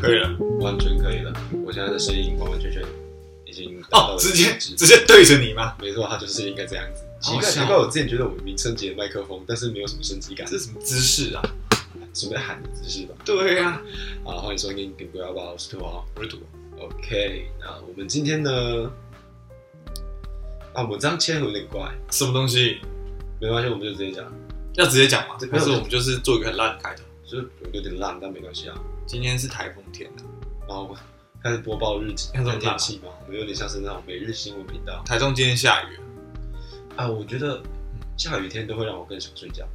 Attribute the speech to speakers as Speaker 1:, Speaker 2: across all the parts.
Speaker 1: 可以了。
Speaker 2: 完全可以了。我现在的声音完完全全已经达到
Speaker 1: 哦
Speaker 2: 了，
Speaker 1: 直接
Speaker 2: 极
Speaker 1: 直
Speaker 2: 致
Speaker 1: 接对着你吗？
Speaker 2: 没错，它就是应该这样子。奇
Speaker 1: 好
Speaker 2: 怪，
Speaker 1: 笑
Speaker 2: 奇怪，我之前觉得我明明升级了麦克风，但是没有什么升级感，
Speaker 1: 这是什么姿势啊？
Speaker 2: 随便喊只是吧。
Speaker 1: 对啊，
Speaker 2: 啊，欢迎收听《顶规要吧》，我是兔王，我是土。OK，那我们今天呢？啊，我们这样切合有点怪，
Speaker 1: 什么东西
Speaker 2: 没关系，我们就直接讲，
Speaker 1: 要直接讲吗
Speaker 2: 这？个
Speaker 1: 还是我们就是做一个很烂的开头？
Speaker 2: 就是有点烂，但没关系啊。
Speaker 1: 今天是台风天啊，
Speaker 2: 然后我开始播报日记，
Speaker 1: 看这种
Speaker 2: 天气嘛，我们有点像是那种每日新闻频道
Speaker 1: 台中今天下雨，
Speaker 2: 啊。我觉得下雨天都会让我更想睡觉。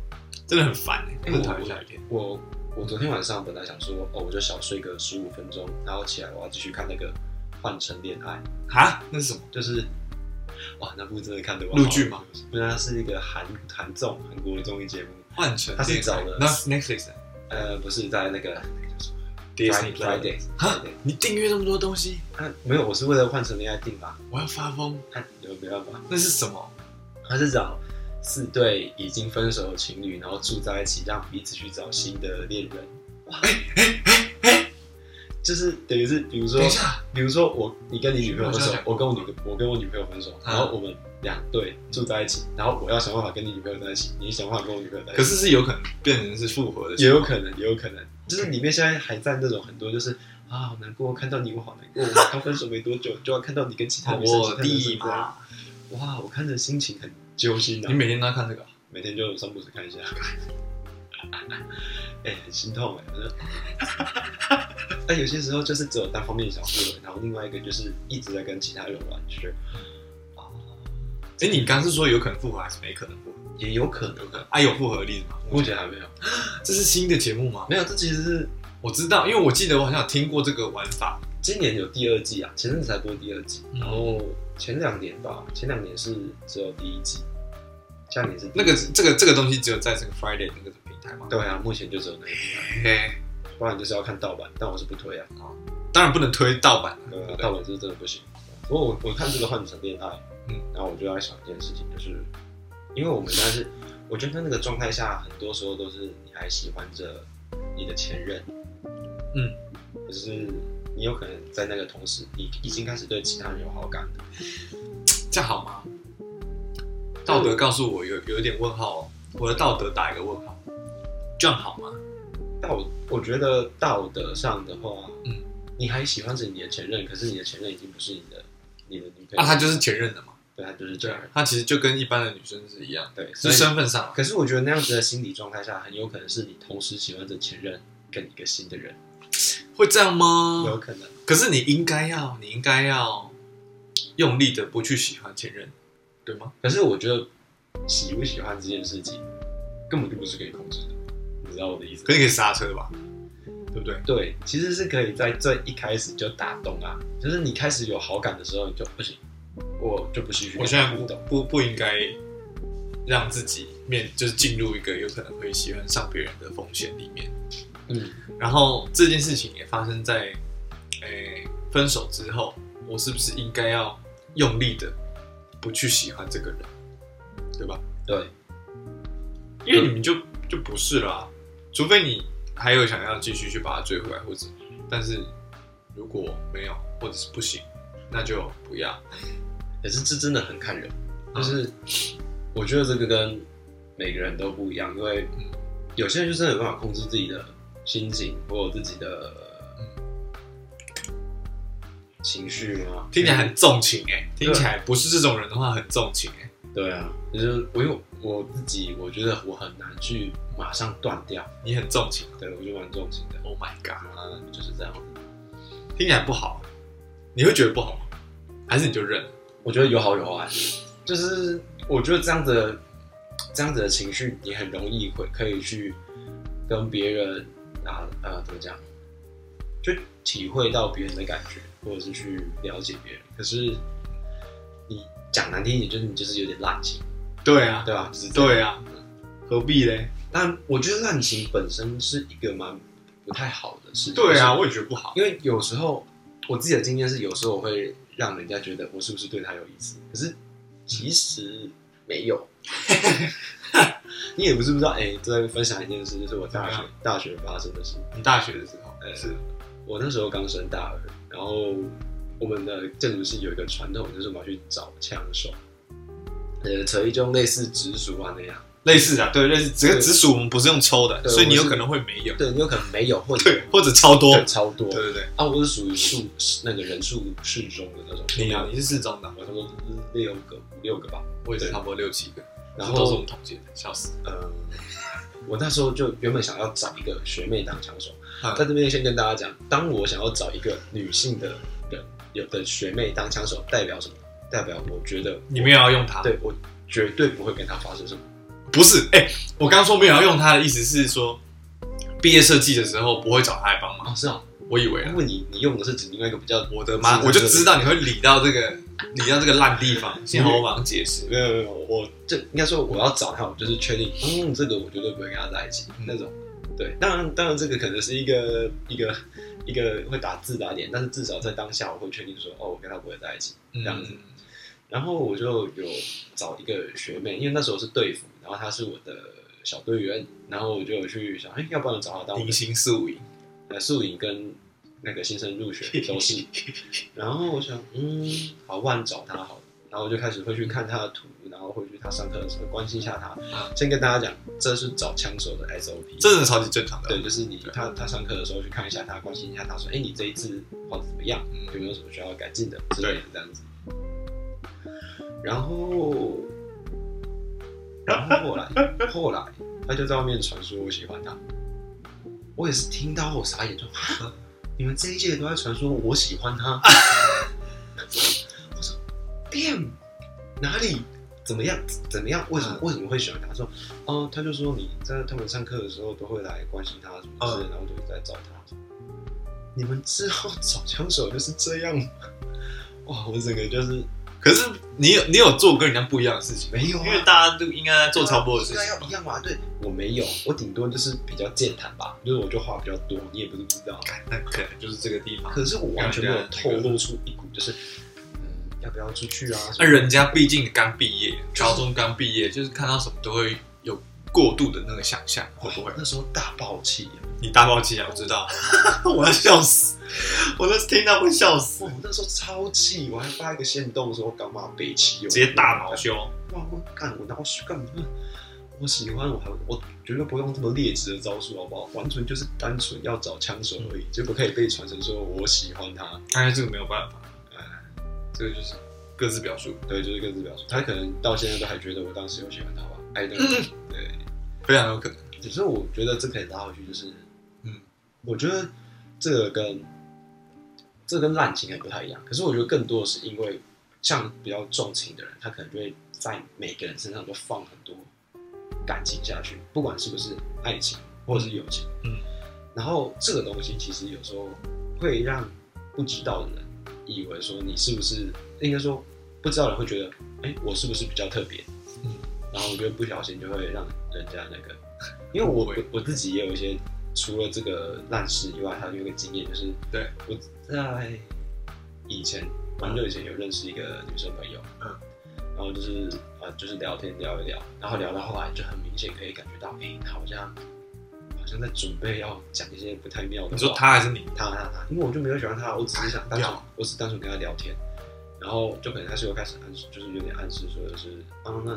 Speaker 1: 真的很烦欸，我
Speaker 2: 哎
Speaker 1: 很讨厌下雨天。
Speaker 2: 我我昨天晚上本来想说，哦，我就小睡个十五分钟，然后起来我要继续看那个《换乘恋爱》，
Speaker 1: 哈，那是什么？
Speaker 2: 就是哇，那部真的看得我
Speaker 1: 陆剧吗？
Speaker 2: 对，它是一个韩韩综韩国的综艺节目，
Speaker 1: 换成
Speaker 2: 它是找的
Speaker 1: 那 Netflix 啊
Speaker 2: 呃，不是在那个那个叫什么
Speaker 1: Disney
Speaker 2: Friday
Speaker 1: 哈
Speaker 2: Friday，
Speaker 1: 你订阅那么多东西，
Speaker 2: 啊，没有，我是为了《换乘恋爱》定吧，
Speaker 1: 我要发疯。
Speaker 2: 他有没办法，
Speaker 1: 那是什么？
Speaker 2: 他是找四对已经分手的情侣，然后住在一起，让彼此去找新的恋人。哇，哎哎哎哎，就是等于是，比如说
Speaker 1: 等一下，
Speaker 2: 比如说我你跟你女朋友分
Speaker 1: 我
Speaker 2: 手
Speaker 1: 想想，
Speaker 2: 我跟我女我跟我女朋友分手，
Speaker 1: 嗯
Speaker 2: 然后我们两对住在一起，然后我要想办法跟你女朋友在一起，你想办法跟我女朋友在一起。
Speaker 1: 可是是有可能变成是复合的，
Speaker 2: 呃也有可能，也有可能，就是里面现在还在那种很多就是啊，好难过，看到你我好难过，我刚分手没多久就要看到你跟其他女生
Speaker 1: 哦我
Speaker 2: 地
Speaker 1: 的妈！
Speaker 2: 哇，我看着心情很揪心
Speaker 1: 你
Speaker 2: 啊，
Speaker 1: 每天都要看这个啊？
Speaker 2: 每天就三不时看一下， 哎、很心痛哎、 我就但有些时候就是只有单方面想复合，然后另外一个就是一直在跟其他人玩，就是啊，
Speaker 1: 哎，你刚是说有可能复合还是没可能复合？
Speaker 2: 也有可能，
Speaker 1: 有可能啊，有复合的例子吗？
Speaker 2: 目前还没有，
Speaker 1: 这是新的节目吗？
Speaker 2: 没有，这其实是
Speaker 1: 我知道，因为我记得我好像有听过这个玩法。
Speaker 2: 今年有第二季啊，前阵子才播第二季，
Speaker 1: 嗯
Speaker 2: 然后前两年吧，前两年是只有第一季，下年是第一季
Speaker 1: 那个这个这个东西只有在这个 Friday 那个平台吗？
Speaker 2: 对啊，目前就只有那个平台，
Speaker 1: 嘿
Speaker 2: 不然就是要看盗版，但我是不推啊，
Speaker 1: 当然不能推盗版
Speaker 2: 对
Speaker 1: 的，
Speaker 2: 啊
Speaker 1: 对，不
Speaker 2: 盗
Speaker 1: 对？
Speaker 2: 版是真的不行。不过我我看这个《换乘恋爱》，
Speaker 1: 嗯
Speaker 2: 嗯，然后我就在想一件事情，就是因为我们现在是，我觉得那个状态下，很多时候都是你还喜欢着你的前任，
Speaker 1: 嗯，
Speaker 2: 可是你有可能在那个同时，你已经开始对其他人有好感了。
Speaker 1: 这样好吗？道德告诉我有有一点问号、哦，我的道德打一个问号，这样好吗？
Speaker 2: 道，我觉得道德上的话，
Speaker 1: 嗯
Speaker 2: 嗯，你还喜欢着你的前任，可是你的前任已经不是你的你的女朋友，
Speaker 1: 啊，他就是前任的嘛，
Speaker 2: 对他就是这样，
Speaker 1: 他其实就跟一般的女生是一样，
Speaker 2: 对，
Speaker 1: 是
Speaker 2: 所以
Speaker 1: 身份上啊
Speaker 2: 可是我觉得那样子的心理状态下，很有可能是你同时喜欢着前任跟一个新的人，
Speaker 1: 会这样
Speaker 2: 有
Speaker 1: 吗？
Speaker 2: 可能。
Speaker 1: 可是你应该要，你应该要用力的不去喜欢前任，对吗？
Speaker 2: 可是我觉得喜不喜欢这件事情根本就不是可以控制的，你知道我的意思吗？
Speaker 1: 可是你可以刹车吧，对不对？
Speaker 2: 对，其实是可以在最一开始就打动啊，就是你开始有好感的时候，你就不行，我就不需要
Speaker 1: 我现在
Speaker 2: 互
Speaker 1: 不
Speaker 2: 动。
Speaker 1: 不不应该让自己面就是进入一个有可能会喜欢上别人的风险里面。
Speaker 2: 嗯，
Speaker 1: 然后这件事情也发生在，诶、分手之后，我是不是应该要用力的不去喜欢这个人，对吧？
Speaker 2: 对，
Speaker 1: 因为你们就就不是啦，除非你还有想要继续去把它追回来，或者，但是如果没有或者是不行，那就不要。
Speaker 2: 可是这真的很看人，
Speaker 1: 嗯
Speaker 2: 就是我觉得这个跟每个人都不一样，因为
Speaker 1: 嗯
Speaker 2: 有些人就真的没办法控制自己的心情或者自己的情绪啊嘛。
Speaker 1: 听起来很重情哎、听起来不是这种人的话很重情哎、
Speaker 2: 对啊，就是我有我自己，我觉得我很难去马上断掉，
Speaker 1: 你很重情
Speaker 2: 对我就蛮重情的
Speaker 1: ，Oh my god，
Speaker 2: 啊，就是这样。
Speaker 1: 听起来不好，你会觉得不好吗？还是你就认了？
Speaker 2: 我觉得有好有坏，就是我觉得这样子的这样子的情绪，你很容易会可以去跟别人啊呃怎么讲，就体会到别人的感觉，或者是去了解别人。可是你讲难听一点，就是你就是有点滥情，
Speaker 1: 对啊，
Speaker 2: 对吧？就是这样
Speaker 1: 对啊，何必嘞？
Speaker 2: 那我觉得滥情本身是一个蛮不太好的事情。
Speaker 1: 对啊，
Speaker 2: 就是
Speaker 1: 我也觉得不好。
Speaker 2: 因为有时候我自己的经验是，有时候我会让人家觉得我是不是对他有意思，可是其实没 有。你也不是不知道，哎、都在分享一件事，就是我大学
Speaker 1: 怎么
Speaker 2: 大学发生的事。
Speaker 1: 你大学的时候
Speaker 2: 呃
Speaker 1: 是
Speaker 2: 我那时候刚升大二，然后我们的建筑系有一个传统，就是我们要去找枪手，呃，扯一种类似直属啊那样。
Speaker 1: 类似的，对，类似只是
Speaker 2: 对
Speaker 1: 紫薯我们不是用抽的，
Speaker 2: 对
Speaker 1: 所以你有
Speaker 2: 我是
Speaker 1: 可能会没有，
Speaker 2: 对，你有可能没有，或者
Speaker 1: 对，或者超多
Speaker 2: 对，超多。
Speaker 1: 对对对，
Speaker 2: 啊，我是属于数那个人数适中的那种。
Speaker 1: 你啊，你是适中的，
Speaker 2: 我差不多六个五六个吧。
Speaker 1: 我也是
Speaker 2: 对
Speaker 1: 差不多六七个，
Speaker 2: 然
Speaker 1: 这都是我
Speaker 2: 后
Speaker 1: 们统计的，笑死。
Speaker 2: 呃，我那时候就原本想要找一个学妹当枪手，
Speaker 1: 嗯
Speaker 2: 在这边先跟大家讲，当我想要找一个女性的人，有的学妹当枪手，代表什么？代表我觉得
Speaker 1: 你没有要用它，
Speaker 2: 对我绝对不会跟她发生什么。
Speaker 1: 不是，哎、我刚说没有要用它的意思是说，毕业设计的时候不会找他来帮忙，
Speaker 2: 哦，是啊，
Speaker 1: 我以为啊
Speaker 2: 因，为你你用的是指另外一个比较
Speaker 1: 我的妈，我就知道你会理到这个理到这个烂地方，幸好我马上解释。
Speaker 2: 没有没有，没有我这应该说我要找他，我就是确定，嗯，这个我绝对不会跟他在一起、
Speaker 1: 嗯
Speaker 2: 那种。对，当然当然，这个可能是一个一个一个会打字打点，但是至少在当下我会确定说，哦，我跟他不会在一起。
Speaker 1: 嗯
Speaker 2: 这样子然后我就有找一个学妹，因为那时候是队服，然后她是我的小队员，然后我就有去想，哎，要不然找她当我
Speaker 1: 零
Speaker 2: 的
Speaker 1: 星四五营，
Speaker 2: 呃宿营跟那个新生入学 都是。然后我想，嗯，好，换找他好了。然后我就开始会去看他的图，然后会去他上课的时候关心一下他。先跟大家讲，这是找枪手的 SOP。
Speaker 1: 啊这是超级正常的。
Speaker 2: 对，就是你他他上课的时候去看一下他，关心一下他，说，哎，你这一次跑得怎么样？有
Speaker 1: 嗯，
Speaker 2: 没有什么需要改进的之类的这样子。然后，然后后来后来他就在外面传说我喜欢他，我也是听到我傻眼说啊，你们这一届都在传说我喜欢他， 我说 damn 哪里？怎么样？怎么样？为什
Speaker 1: 嗯
Speaker 2: 么？为什么会喜欢他？他说，哦，他就说你在他们上课的时候都会来关心他什么
Speaker 1: 嗯
Speaker 2: 之类的，然后我就一直在找他。你们之后找枪手就是这样吗？ 哇，我整个就是
Speaker 1: 可是你有你有做跟人家不一样的事情，
Speaker 2: 没有啊
Speaker 1: 因为大家都应该在做超播的事
Speaker 2: 应该
Speaker 1: 情
Speaker 2: 要
Speaker 1: 嘛
Speaker 2: 一。样吧？对，啊我没有，我顶多就是比较健谈吧，就是我就话比较多，你也不是不知道。
Speaker 1: 干那可能就是这个地方。
Speaker 2: 可是我完全没有
Speaker 1: 啊
Speaker 2: 透露出一股就是，嗯，要不要出去啊？
Speaker 1: 那人家毕竟刚毕业，
Speaker 2: 就是
Speaker 1: 高中刚毕业，就是看到什么都会有过度的那个想象，会
Speaker 2: 哇
Speaker 1: 不会？
Speaker 2: 那时候大爆气啊！
Speaker 1: 你大爆气啊！我知道， 我要笑死，我都听到会笑死
Speaker 2: 哇，，我那时候超气，我还发一个线动说干嘛北齐，啊
Speaker 1: 直接大恼羞。
Speaker 2: 哇，我干我脑血干嘛？我喜欢我还我绝对不会用这么劣质的招数，好不好？完全就是单纯要找枪手而已，结果可以被传成说我喜欢他，
Speaker 1: 哎，这个没有办法，哎这个就是各自表述，
Speaker 2: 对，就是各自表述。他可能到现在都还觉得我当时有喜欢他吧，爱的。 对，
Speaker 1: 非常有可能。
Speaker 2: 只是我觉得这可以拉回去，就是
Speaker 1: 嗯，
Speaker 2: 我觉得这个跟这个跟滥情还不太一样，可是我觉得更多的是因为像比较重情的人，他可能就会在每个人身上都放很多感情下去，不管是不是爱情或者是友情，
Speaker 1: 嗯，
Speaker 2: 然后这个东西其实有时候会让不知道的人以为说你是不是应该说不知道的人会觉得，哎、我是不是比较特别？
Speaker 1: 嗯，
Speaker 2: 然后我觉得不小心就会让人家那个，因为我
Speaker 1: 误
Speaker 2: 我
Speaker 1: 会
Speaker 2: 我自己也有一些除了这个烂事以外，还有一个经验就是，
Speaker 1: 对，
Speaker 2: 我在以前蛮久以前有认识一个女生朋友，
Speaker 1: 嗯，
Speaker 2: 然后就是呃就是聊天聊一聊，然后聊到后来就很明显可以感觉到，哎、她好像好像在准备要讲一些不太妙的话。
Speaker 1: 你说他还是你？
Speaker 2: 他他他，因为我就没有喜欢他，我只是想单纯
Speaker 1: 掉，
Speaker 2: 我只是单纯跟他聊天，然后就可能他是又开始暗示，就是有点暗示说的是，啊，那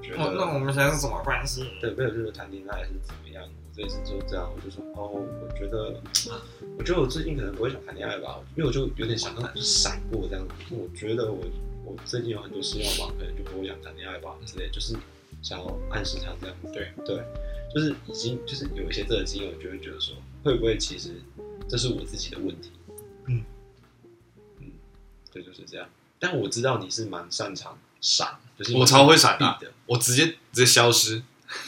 Speaker 2: 你觉得？
Speaker 1: 哦们现在是什么关系？
Speaker 2: 对，没有就是谈恋爱还是怎么样？我这一次就这样，我就说哦，我觉得，我觉得我最近可能不会想谈恋爱吧，因为我就有点想到闪过这样子。我觉得我我最近有很多事要忙，可能就不会想谈恋爱吧之类，就是想要暗示他这样子。
Speaker 1: 对
Speaker 2: 对，就是已经就是有一些这个经验，我就会觉得说，会不会其实这是我自己的问题？
Speaker 1: 嗯
Speaker 2: 嗯，对，就是这样。但我知道你是蛮擅长闪，就是
Speaker 1: 我超会闪的
Speaker 2: 避的，
Speaker 1: 我直接直接消失，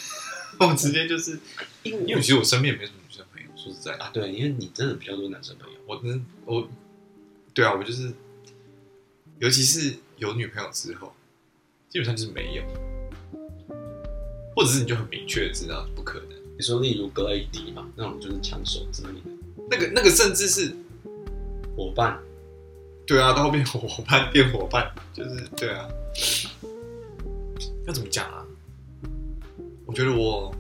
Speaker 1: 我直接就是，
Speaker 2: 因为我
Speaker 1: 因为其实我身边也没什么女生朋友，说实在的，
Speaker 2: 啊，对，因为你真的比较多男生朋友，
Speaker 1: 我真我，对啊，我就是，尤其是有女朋友之后，基本上就是没有，或者是你就很明确地知道不可能。
Speaker 2: 你说例如格雷迪嘛，那种就是枪手之类的
Speaker 1: 那个那个甚至是
Speaker 2: 伙伴，
Speaker 1: 对啊，到后面伙伴变伙伴，就是对啊。要怎么讲啊？我觉得我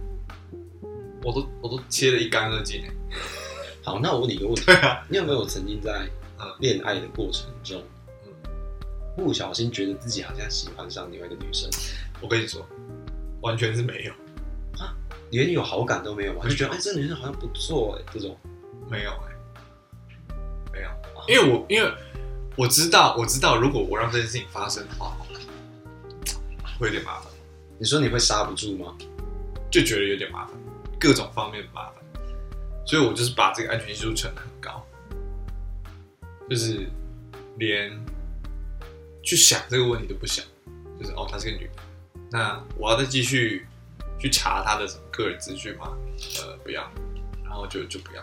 Speaker 1: 我都我都切的一干二净欸
Speaker 2: 好，那我问你一个问题，
Speaker 1: 对啊，
Speaker 2: 你有没有曾经在
Speaker 1: 嗯
Speaker 2: 恋爱的过程中，
Speaker 1: 嗯，
Speaker 2: 不小心觉得自己好像喜欢上另外一个女生，
Speaker 1: 我跟你说，完全是没有，
Speaker 2: 连有好感都没有吗？
Speaker 1: 没有
Speaker 2: 就觉得哎，这女生好像不错哎，这种
Speaker 1: 没有哎、没有，因为我因为我知道我知道，如果我让这件事情发生的话，会有点麻烦，
Speaker 2: 你说你会刹不住吗？
Speaker 1: 就觉得有点麻烦，各种方面麻烦，所以我就是把这个安全系数撑得很高，就是连去想这个问题都不想，就是哦，她是个女的，那我要再继续去查她的什么个人资讯吗？呃，不要，然后就就不要，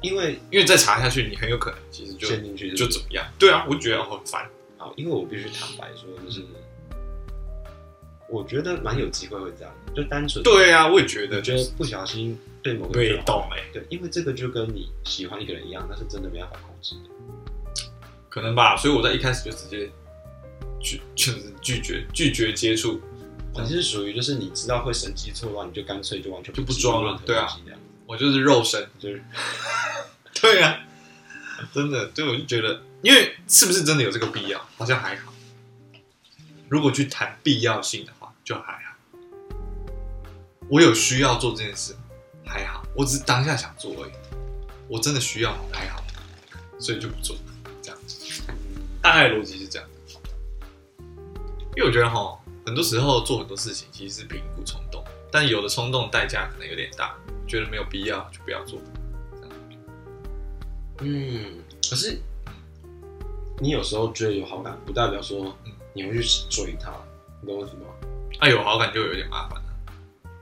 Speaker 2: 因为
Speaker 1: 因为再查下去，你很有可能其实就
Speaker 2: 陷进去
Speaker 1: 就怎么样？对啊，我觉得我很烦。
Speaker 2: 好，因为我必须坦白说，就是我觉得蛮有机会会这样，就单纯
Speaker 1: 对啊，我也觉
Speaker 2: 我
Speaker 1: 得
Speaker 2: 觉得不小心对某个
Speaker 1: 被
Speaker 2: 人
Speaker 1: 动哎、
Speaker 2: 对，因为这个就跟你喜欢一个人一样，那是真的没办法控制的。
Speaker 1: 可能吧。所以我在一开始就直接拒，就是拒绝拒绝接触，
Speaker 2: 你是属于就是你知道会神机错乱，你就干脆嗯就完全
Speaker 1: 就不
Speaker 2: 记
Speaker 1: 装
Speaker 2: 录
Speaker 1: 了
Speaker 2: 任何
Speaker 1: 对啊
Speaker 2: 东西这样
Speaker 1: 我就是肉身。
Speaker 2: 就是
Speaker 1: 对啊，真的，对，我就觉得，因为是不是真的有这个必要，好像还好。如果去谈必要性的话，就还好。我有需要做这件事，还好，我只是当下想做而已。我真的需要，还好，所以就不做，这样子。大概逻辑是这样的，因为我觉得哈，很多时候做很多事情其实是凭一股冲动，但有的冲动代价可能有点大，觉得没有必要就不要做。
Speaker 2: 嗯，可是你有时候觉得有好感，不代表说
Speaker 1: 嗯
Speaker 2: 你会去追他，你懂我意思吗？
Speaker 1: 啊，有好感就有点麻烦了。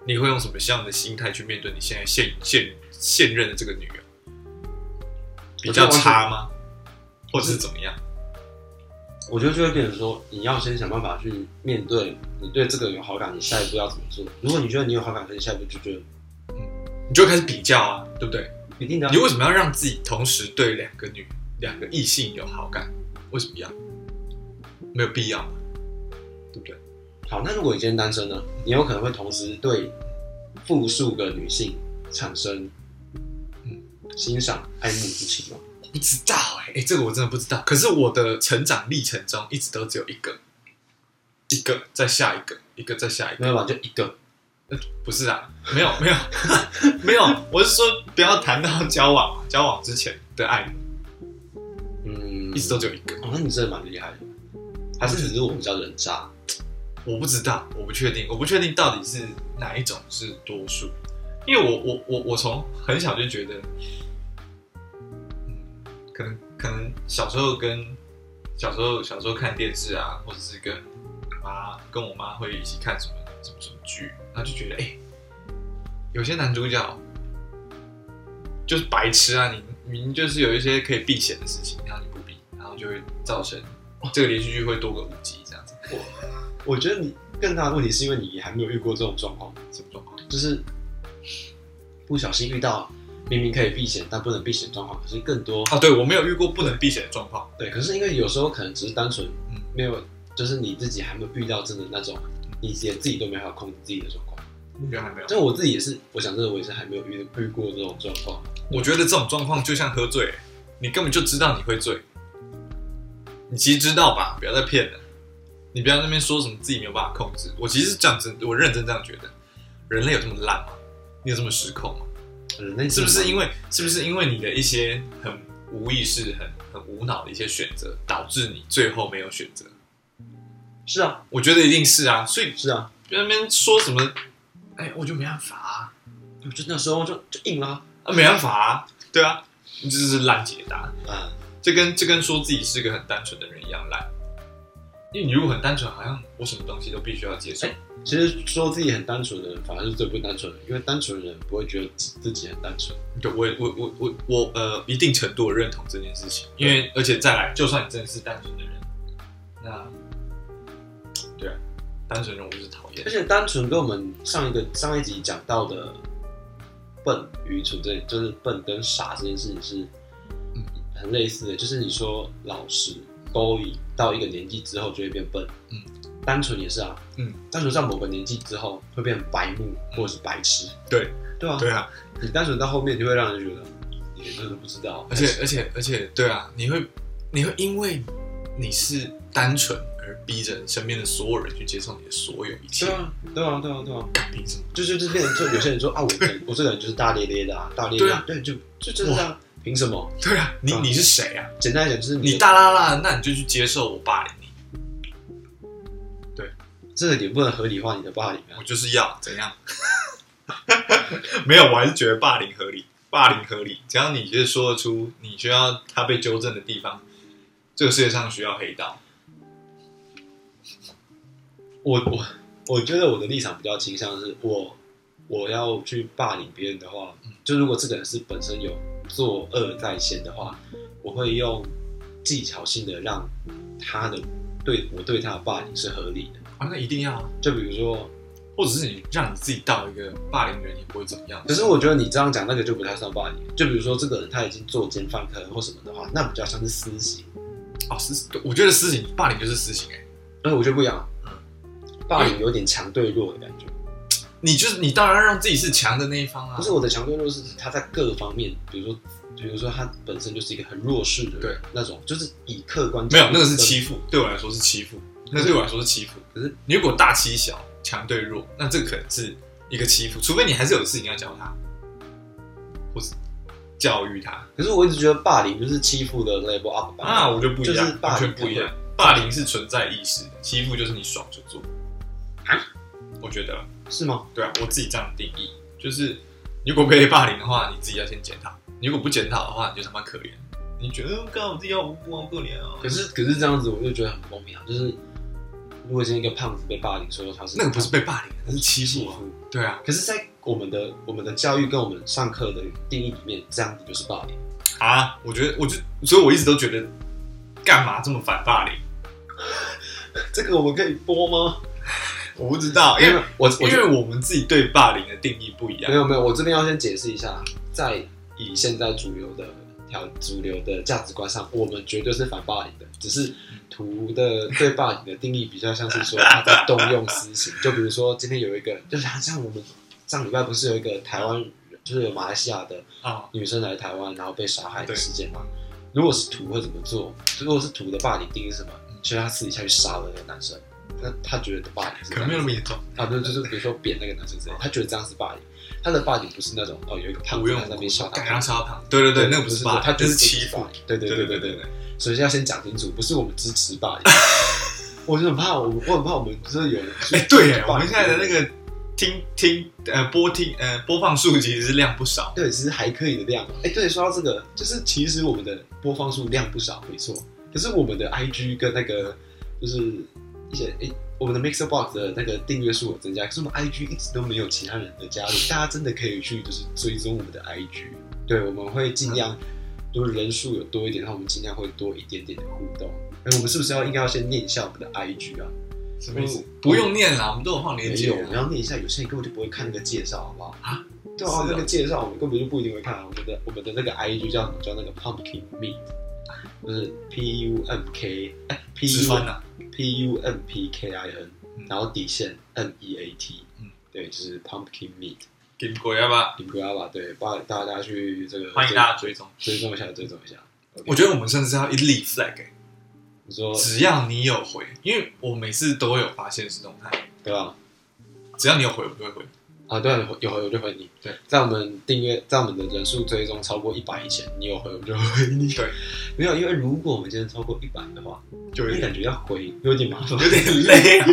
Speaker 1: 你会用什么样的心态去面对你现在现现现任的这个女友？比较差吗？或者是怎么样？
Speaker 2: 我觉得就会变成说，你要先想办法去面对你对这个有好感，你下一步要怎么做？如果你觉得你有好感，可你下一步就觉得
Speaker 1: 你就开始比较啊，对不对？
Speaker 2: 一定的啊
Speaker 1: 你，为什么要让自己同时对两个女、两个异性有好感？为什么要？没有必要嘛，对不对？
Speaker 2: 好，那如果你今天单身呢，你有可能会同时对复数个女性产生嗯欣赏、爱慕之情吗？
Speaker 1: 不知道哎、哎、这个我真的不知道。可是我的成长历程中，一直都只有一个，一个再下一个，一个再下一个。
Speaker 2: 没有吧，就一个。
Speaker 1: 不是啊，没有 没有没有，我是说不要谈到交往嘛，交往之前的爱慕
Speaker 2: 嗯，
Speaker 1: 一直都只有一个，
Speaker 2: 哦，那你真的蛮厉害的，还是只是我们叫人渣？
Speaker 1: 我不知道，我不确定，我不确定到底是哪一种是多数，因为我我我我从很小就觉得，嗯，可能可能小时候跟小时候小时候看电视啊，或者是跟妈跟我妈会一起看什么什么什么剧，然后就觉得哎、有些男主角就是白痴啊，你明明就是有一些可以避嫌的事情，然后你不避，然后就会造成这个连续剧会多个五集这样子，
Speaker 2: 我觉得你更大的问题是因为你还没有遇过这种状况，
Speaker 1: 什么状况？
Speaker 2: 就是不小心遇到明明可以避险但不能避险的状况，可是更多
Speaker 1: 啊，对我没有遇过不能避险的状况。
Speaker 2: 对，可是因为有时候可能只是单纯
Speaker 1: 嗯
Speaker 2: 没有，就是你自己还没有遇到真的那种，你连自己都没办法控制自己的状况。
Speaker 1: 你觉得还没有？
Speaker 2: 就我自己也是，我想真的我也是还没有遇遇过这种状况。
Speaker 1: 我觉得这种状况就像喝醉、你根本就知道你会醉，你其实知道吧？不要再骗了，你不要在那边说什么自己没有办法控制。我其实是这样子，我认真这样觉得，人类有这么烂吗？你有这么失控吗？
Speaker 2: 人类
Speaker 1: 是不是因
Speaker 2: 为
Speaker 1: 为是不是因为你的一些很无意识、很很无脑的一些选择，导致你最后没有选择？
Speaker 2: 是啊
Speaker 1: 我觉得一定是啊，所以
Speaker 2: 是啊，
Speaker 1: 在那边说什么，哎，我就没办法啊。
Speaker 2: 我就那时候就就硬了
Speaker 1: 啊，没办法啊，对啊，这就是烂解答。
Speaker 2: 啊，
Speaker 1: 这跟这跟说自己是个很单纯的人一样烂，因为你如果很单纯，好像我什么东西都必须要接受。
Speaker 2: 哎其实说自己很单纯的人，反而是最不单纯的，因为单纯的人不会觉得自自己很单纯。
Speaker 1: 对，我也我我我我呃，一定程度的认同这件事情，因为而且再来，就算你真的是单纯的人，那对啊，单纯人我就是讨厌
Speaker 2: 而。且单纯跟我们上一个上一集讲到的笨、愚蠢这，就是笨跟傻这件事情是
Speaker 1: 嗯
Speaker 2: 很类似的。就是你说老实勾引到一个年纪之后就会变笨，
Speaker 1: 嗯，
Speaker 2: 单纯也是啊，
Speaker 1: 嗯，
Speaker 2: 单纯到某个年纪之后会变白目或者是白痴，
Speaker 1: 对
Speaker 2: 对啊，
Speaker 1: 对啊，
Speaker 2: 你单纯到后面就会让人觉得你真的不知道，
Speaker 1: 而且而且而且，对啊，你会你会因为你是单纯而逼着身边的所有人去接受你的所有一切
Speaker 2: 对，啊，对啊，对啊，对啊。
Speaker 1: 凭什么？
Speaker 2: 就是就是变成就有些人说啊，我这我这个人就是大咧咧的啊，大咧咧啊，对，就就就是这样，凭什么？
Speaker 1: 对啊，你
Speaker 2: 对啊
Speaker 1: 你是谁啊？
Speaker 2: 简单来讲，就是
Speaker 1: 你
Speaker 2: 你
Speaker 1: 大拉拉，那你就去接受我霸凌你，
Speaker 2: 这个你不能合理化你的霸凌啊
Speaker 1: 我，就是要怎 样？没有，我还是觉得霸凌合理，霸凌合理，只要你就是说得出你需要他被纠正的地方，这个世界上需要黑道。
Speaker 2: 我我我觉得我的立场比较倾向是我我要去霸凌别人的话，嗯就如果这个人是本身有作恶在先的话，我会用技巧性的让他的对我对他的霸凌是合理的，
Speaker 1: 啊，那一定要啊！
Speaker 2: 就比如说，
Speaker 1: 或者是你让你自己到一个霸凌人也不会怎么样。
Speaker 2: 可是我觉得你这样讲那个就不太算霸凌，就比如说这个人他已经作奸犯科或什么的话，那比较像是私刑。
Speaker 1: 哦，私，我觉得私刑霸凌就是私刑哎、
Speaker 2: 哎，我觉得不一样。霸凌有点强对弱的感觉，
Speaker 1: 你就是你当然让自己是强的那一方啊。
Speaker 2: 不是我的强对弱是他在各方面，比如说，比如说他本身就是一个很弱势的人，
Speaker 1: 对
Speaker 2: 那种就是以客观
Speaker 1: 没有，那个是欺
Speaker 2: 欺，
Speaker 1: 负，对我来说是欺负，那对我来说是欺负。
Speaker 2: 可是
Speaker 1: 你如果大欺小，强对弱，那这个可能是一个欺负，除非你还是有事情要教他，或是教育他
Speaker 2: 可是我一直觉得霸凌就是欺负的 level up 吧
Speaker 1: 啊，我就不一
Speaker 2: 就
Speaker 1: 样
Speaker 2: 是，霸
Speaker 1: 完
Speaker 2: 凌
Speaker 1: 全不一样。霸凌是存在意识的，欺负就是你爽就做
Speaker 2: 啊
Speaker 1: 我觉得，
Speaker 2: 是吗？
Speaker 1: 对啊，我自己这样定义，就是如果被霸凌的话，你自己要先检讨；你如果不检讨的话，你就他妈可怜。你觉得，刚我自己要无辜啊，好可怜啊。
Speaker 2: 可是可是这样子我就觉得很公平啊，就是如果今天一个胖子被霸凌，说他是
Speaker 1: 那个不是被霸凌，那是欺
Speaker 2: 欺
Speaker 1: 负啊。
Speaker 2: 负，
Speaker 1: 对啊，
Speaker 2: 可是，在我们的我们的教育跟我们上课的定义里面，这样子就是霸凌。
Speaker 1: 啊，我觉得，我就，所以我一直都觉得，干嘛这么反霸凌？
Speaker 2: 这个我们可以播吗？
Speaker 1: 我不知道，因
Speaker 2: 哎因为
Speaker 1: 为
Speaker 2: 我
Speaker 1: 因
Speaker 2: 我觉得
Speaker 1: 为我们自己对霸凌的定义不一
Speaker 2: 没
Speaker 1: 样。
Speaker 2: 有没有，我这边要先解释一下，在以现在主流的条主流的价值观上，我们绝对是反霸凌的，只是图的对霸凌的定义比较像是说他在动用私刑，就比如说今天有一个，就是像我们上礼拜不是有一个台湾人，就是有马来西亚的
Speaker 1: 啊，
Speaker 2: 女生来台湾然后被杀害的事件嘛。如果是图会怎么做？如果是图的霸凌定义是什么？就是他私底下去杀了那个男生，那他觉得的霸凌是
Speaker 1: 可能没有那么严重，
Speaker 2: 啊，对，就是比如说扁那个男生之类的，他觉得这样是霸凌，他的霸凌不是那种哦有一个胖
Speaker 1: 哦无
Speaker 2: 子
Speaker 1: 用
Speaker 2: 在那边笑
Speaker 1: 感觉
Speaker 2: 他，
Speaker 1: 烧糖。对对对，那个
Speaker 2: 不
Speaker 1: 不是
Speaker 2: 这
Speaker 1: 霸
Speaker 2: 种
Speaker 1: 凌，
Speaker 2: 他
Speaker 1: 那
Speaker 2: 就是
Speaker 1: 欺负。
Speaker 2: 霸凌，对对
Speaker 1: 对对
Speaker 2: 对对
Speaker 1: 对
Speaker 2: 对
Speaker 1: 对
Speaker 2: 对，，首先要先讲清楚，不是我们支持霸 凌，我就很怕我我很怕我们就是有人去
Speaker 1: 哎，对耶，
Speaker 2: 霸凌
Speaker 1: 我们现在的那个听听呃播听呃播放数其实是量不少。
Speaker 2: 对，其实还可以的量，哎，对，说到这个，就是其实我们的播放数量不少，没错，可是我们的 IG 跟那个就是一些哎。我们的 Mixer Box 的那个订阅数有增加，可是我们 IG 一直都没有其他人的加入，大家真的可以去就是追踪我们的 IG，对，我们会尽量，就是人数有多一点，然后我们尽量会多一点点的互动。哎，我们是不是要应该要先念一下我们的 IG 啊？
Speaker 1: 什
Speaker 2: 么意思
Speaker 1: 不用念啦，我们都有放
Speaker 2: 没
Speaker 1: 链接
Speaker 2: 有，我
Speaker 1: 啊。
Speaker 2: 们要念一下。有些人根本就不会看那个介绍，好不好？
Speaker 1: 啊，
Speaker 2: 对啊，
Speaker 1: 是啊
Speaker 2: 那个介绍我们根本就不一定会看啊。我们的我们的那个 IG 叫什么？叫那个 Pumpkin Meat，就是 P U M K 哎 P
Speaker 1: 直
Speaker 2: U
Speaker 1: 翻啊，
Speaker 2: P U M P K I N，
Speaker 1: 嗯
Speaker 2: 然后底线 M E A T，
Speaker 1: 嗯
Speaker 2: 对，就是 Pumpkin Meat。
Speaker 1: 给鬼啊吧，
Speaker 2: 你们不要吧，对，把大家去这个
Speaker 1: 欢迎大家追踪。
Speaker 2: 追踪一下，追踪一下。
Speaker 1: 我觉得我们甚至要一立 flag 哎
Speaker 2: 你说
Speaker 1: 只要你有回，因为我每次都会有发现是动态，
Speaker 2: 对啊吧？
Speaker 1: 只要你有回，我就会回。
Speaker 2: 啊，对啊，有回我就回你。
Speaker 1: 对，
Speaker 2: 在我们订阅，在我们的人数追踪超过一百以前，你有回我就回你。
Speaker 1: 对，
Speaker 2: 没有，因为如果我们今天超过一百的话，
Speaker 1: 就有
Speaker 2: 那
Speaker 1: 点
Speaker 2: 感觉要回有点麻烦。
Speaker 1: 有点累啊。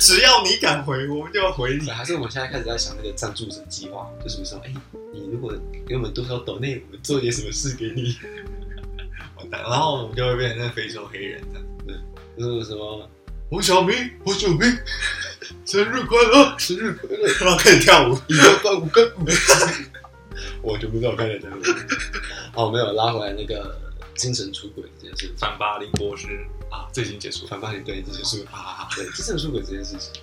Speaker 1: 只要你敢回，我们就要回你
Speaker 2: 对，。还是我们现在开始在想那个赞助者计划，就是说，哎、你如果给我们多少抖内，我们做点什么事给你，
Speaker 1: 完蛋，然后我们就会变成那非洲黑人这样。
Speaker 2: 就是什么
Speaker 1: 黄小明，黄小明， 生日快乐！
Speaker 2: 生日快乐，
Speaker 1: 然后开始跳舞。
Speaker 2: 一个怪五个五，我就不知道该讲什么。哦，没有拉回来那个精神出轨这件事情，
Speaker 1: 反巴林博士啊，这已经结束了。啊
Speaker 2: 反发现对这件事，
Speaker 1: 哈哈哈，
Speaker 2: 对精神出轨这件事情，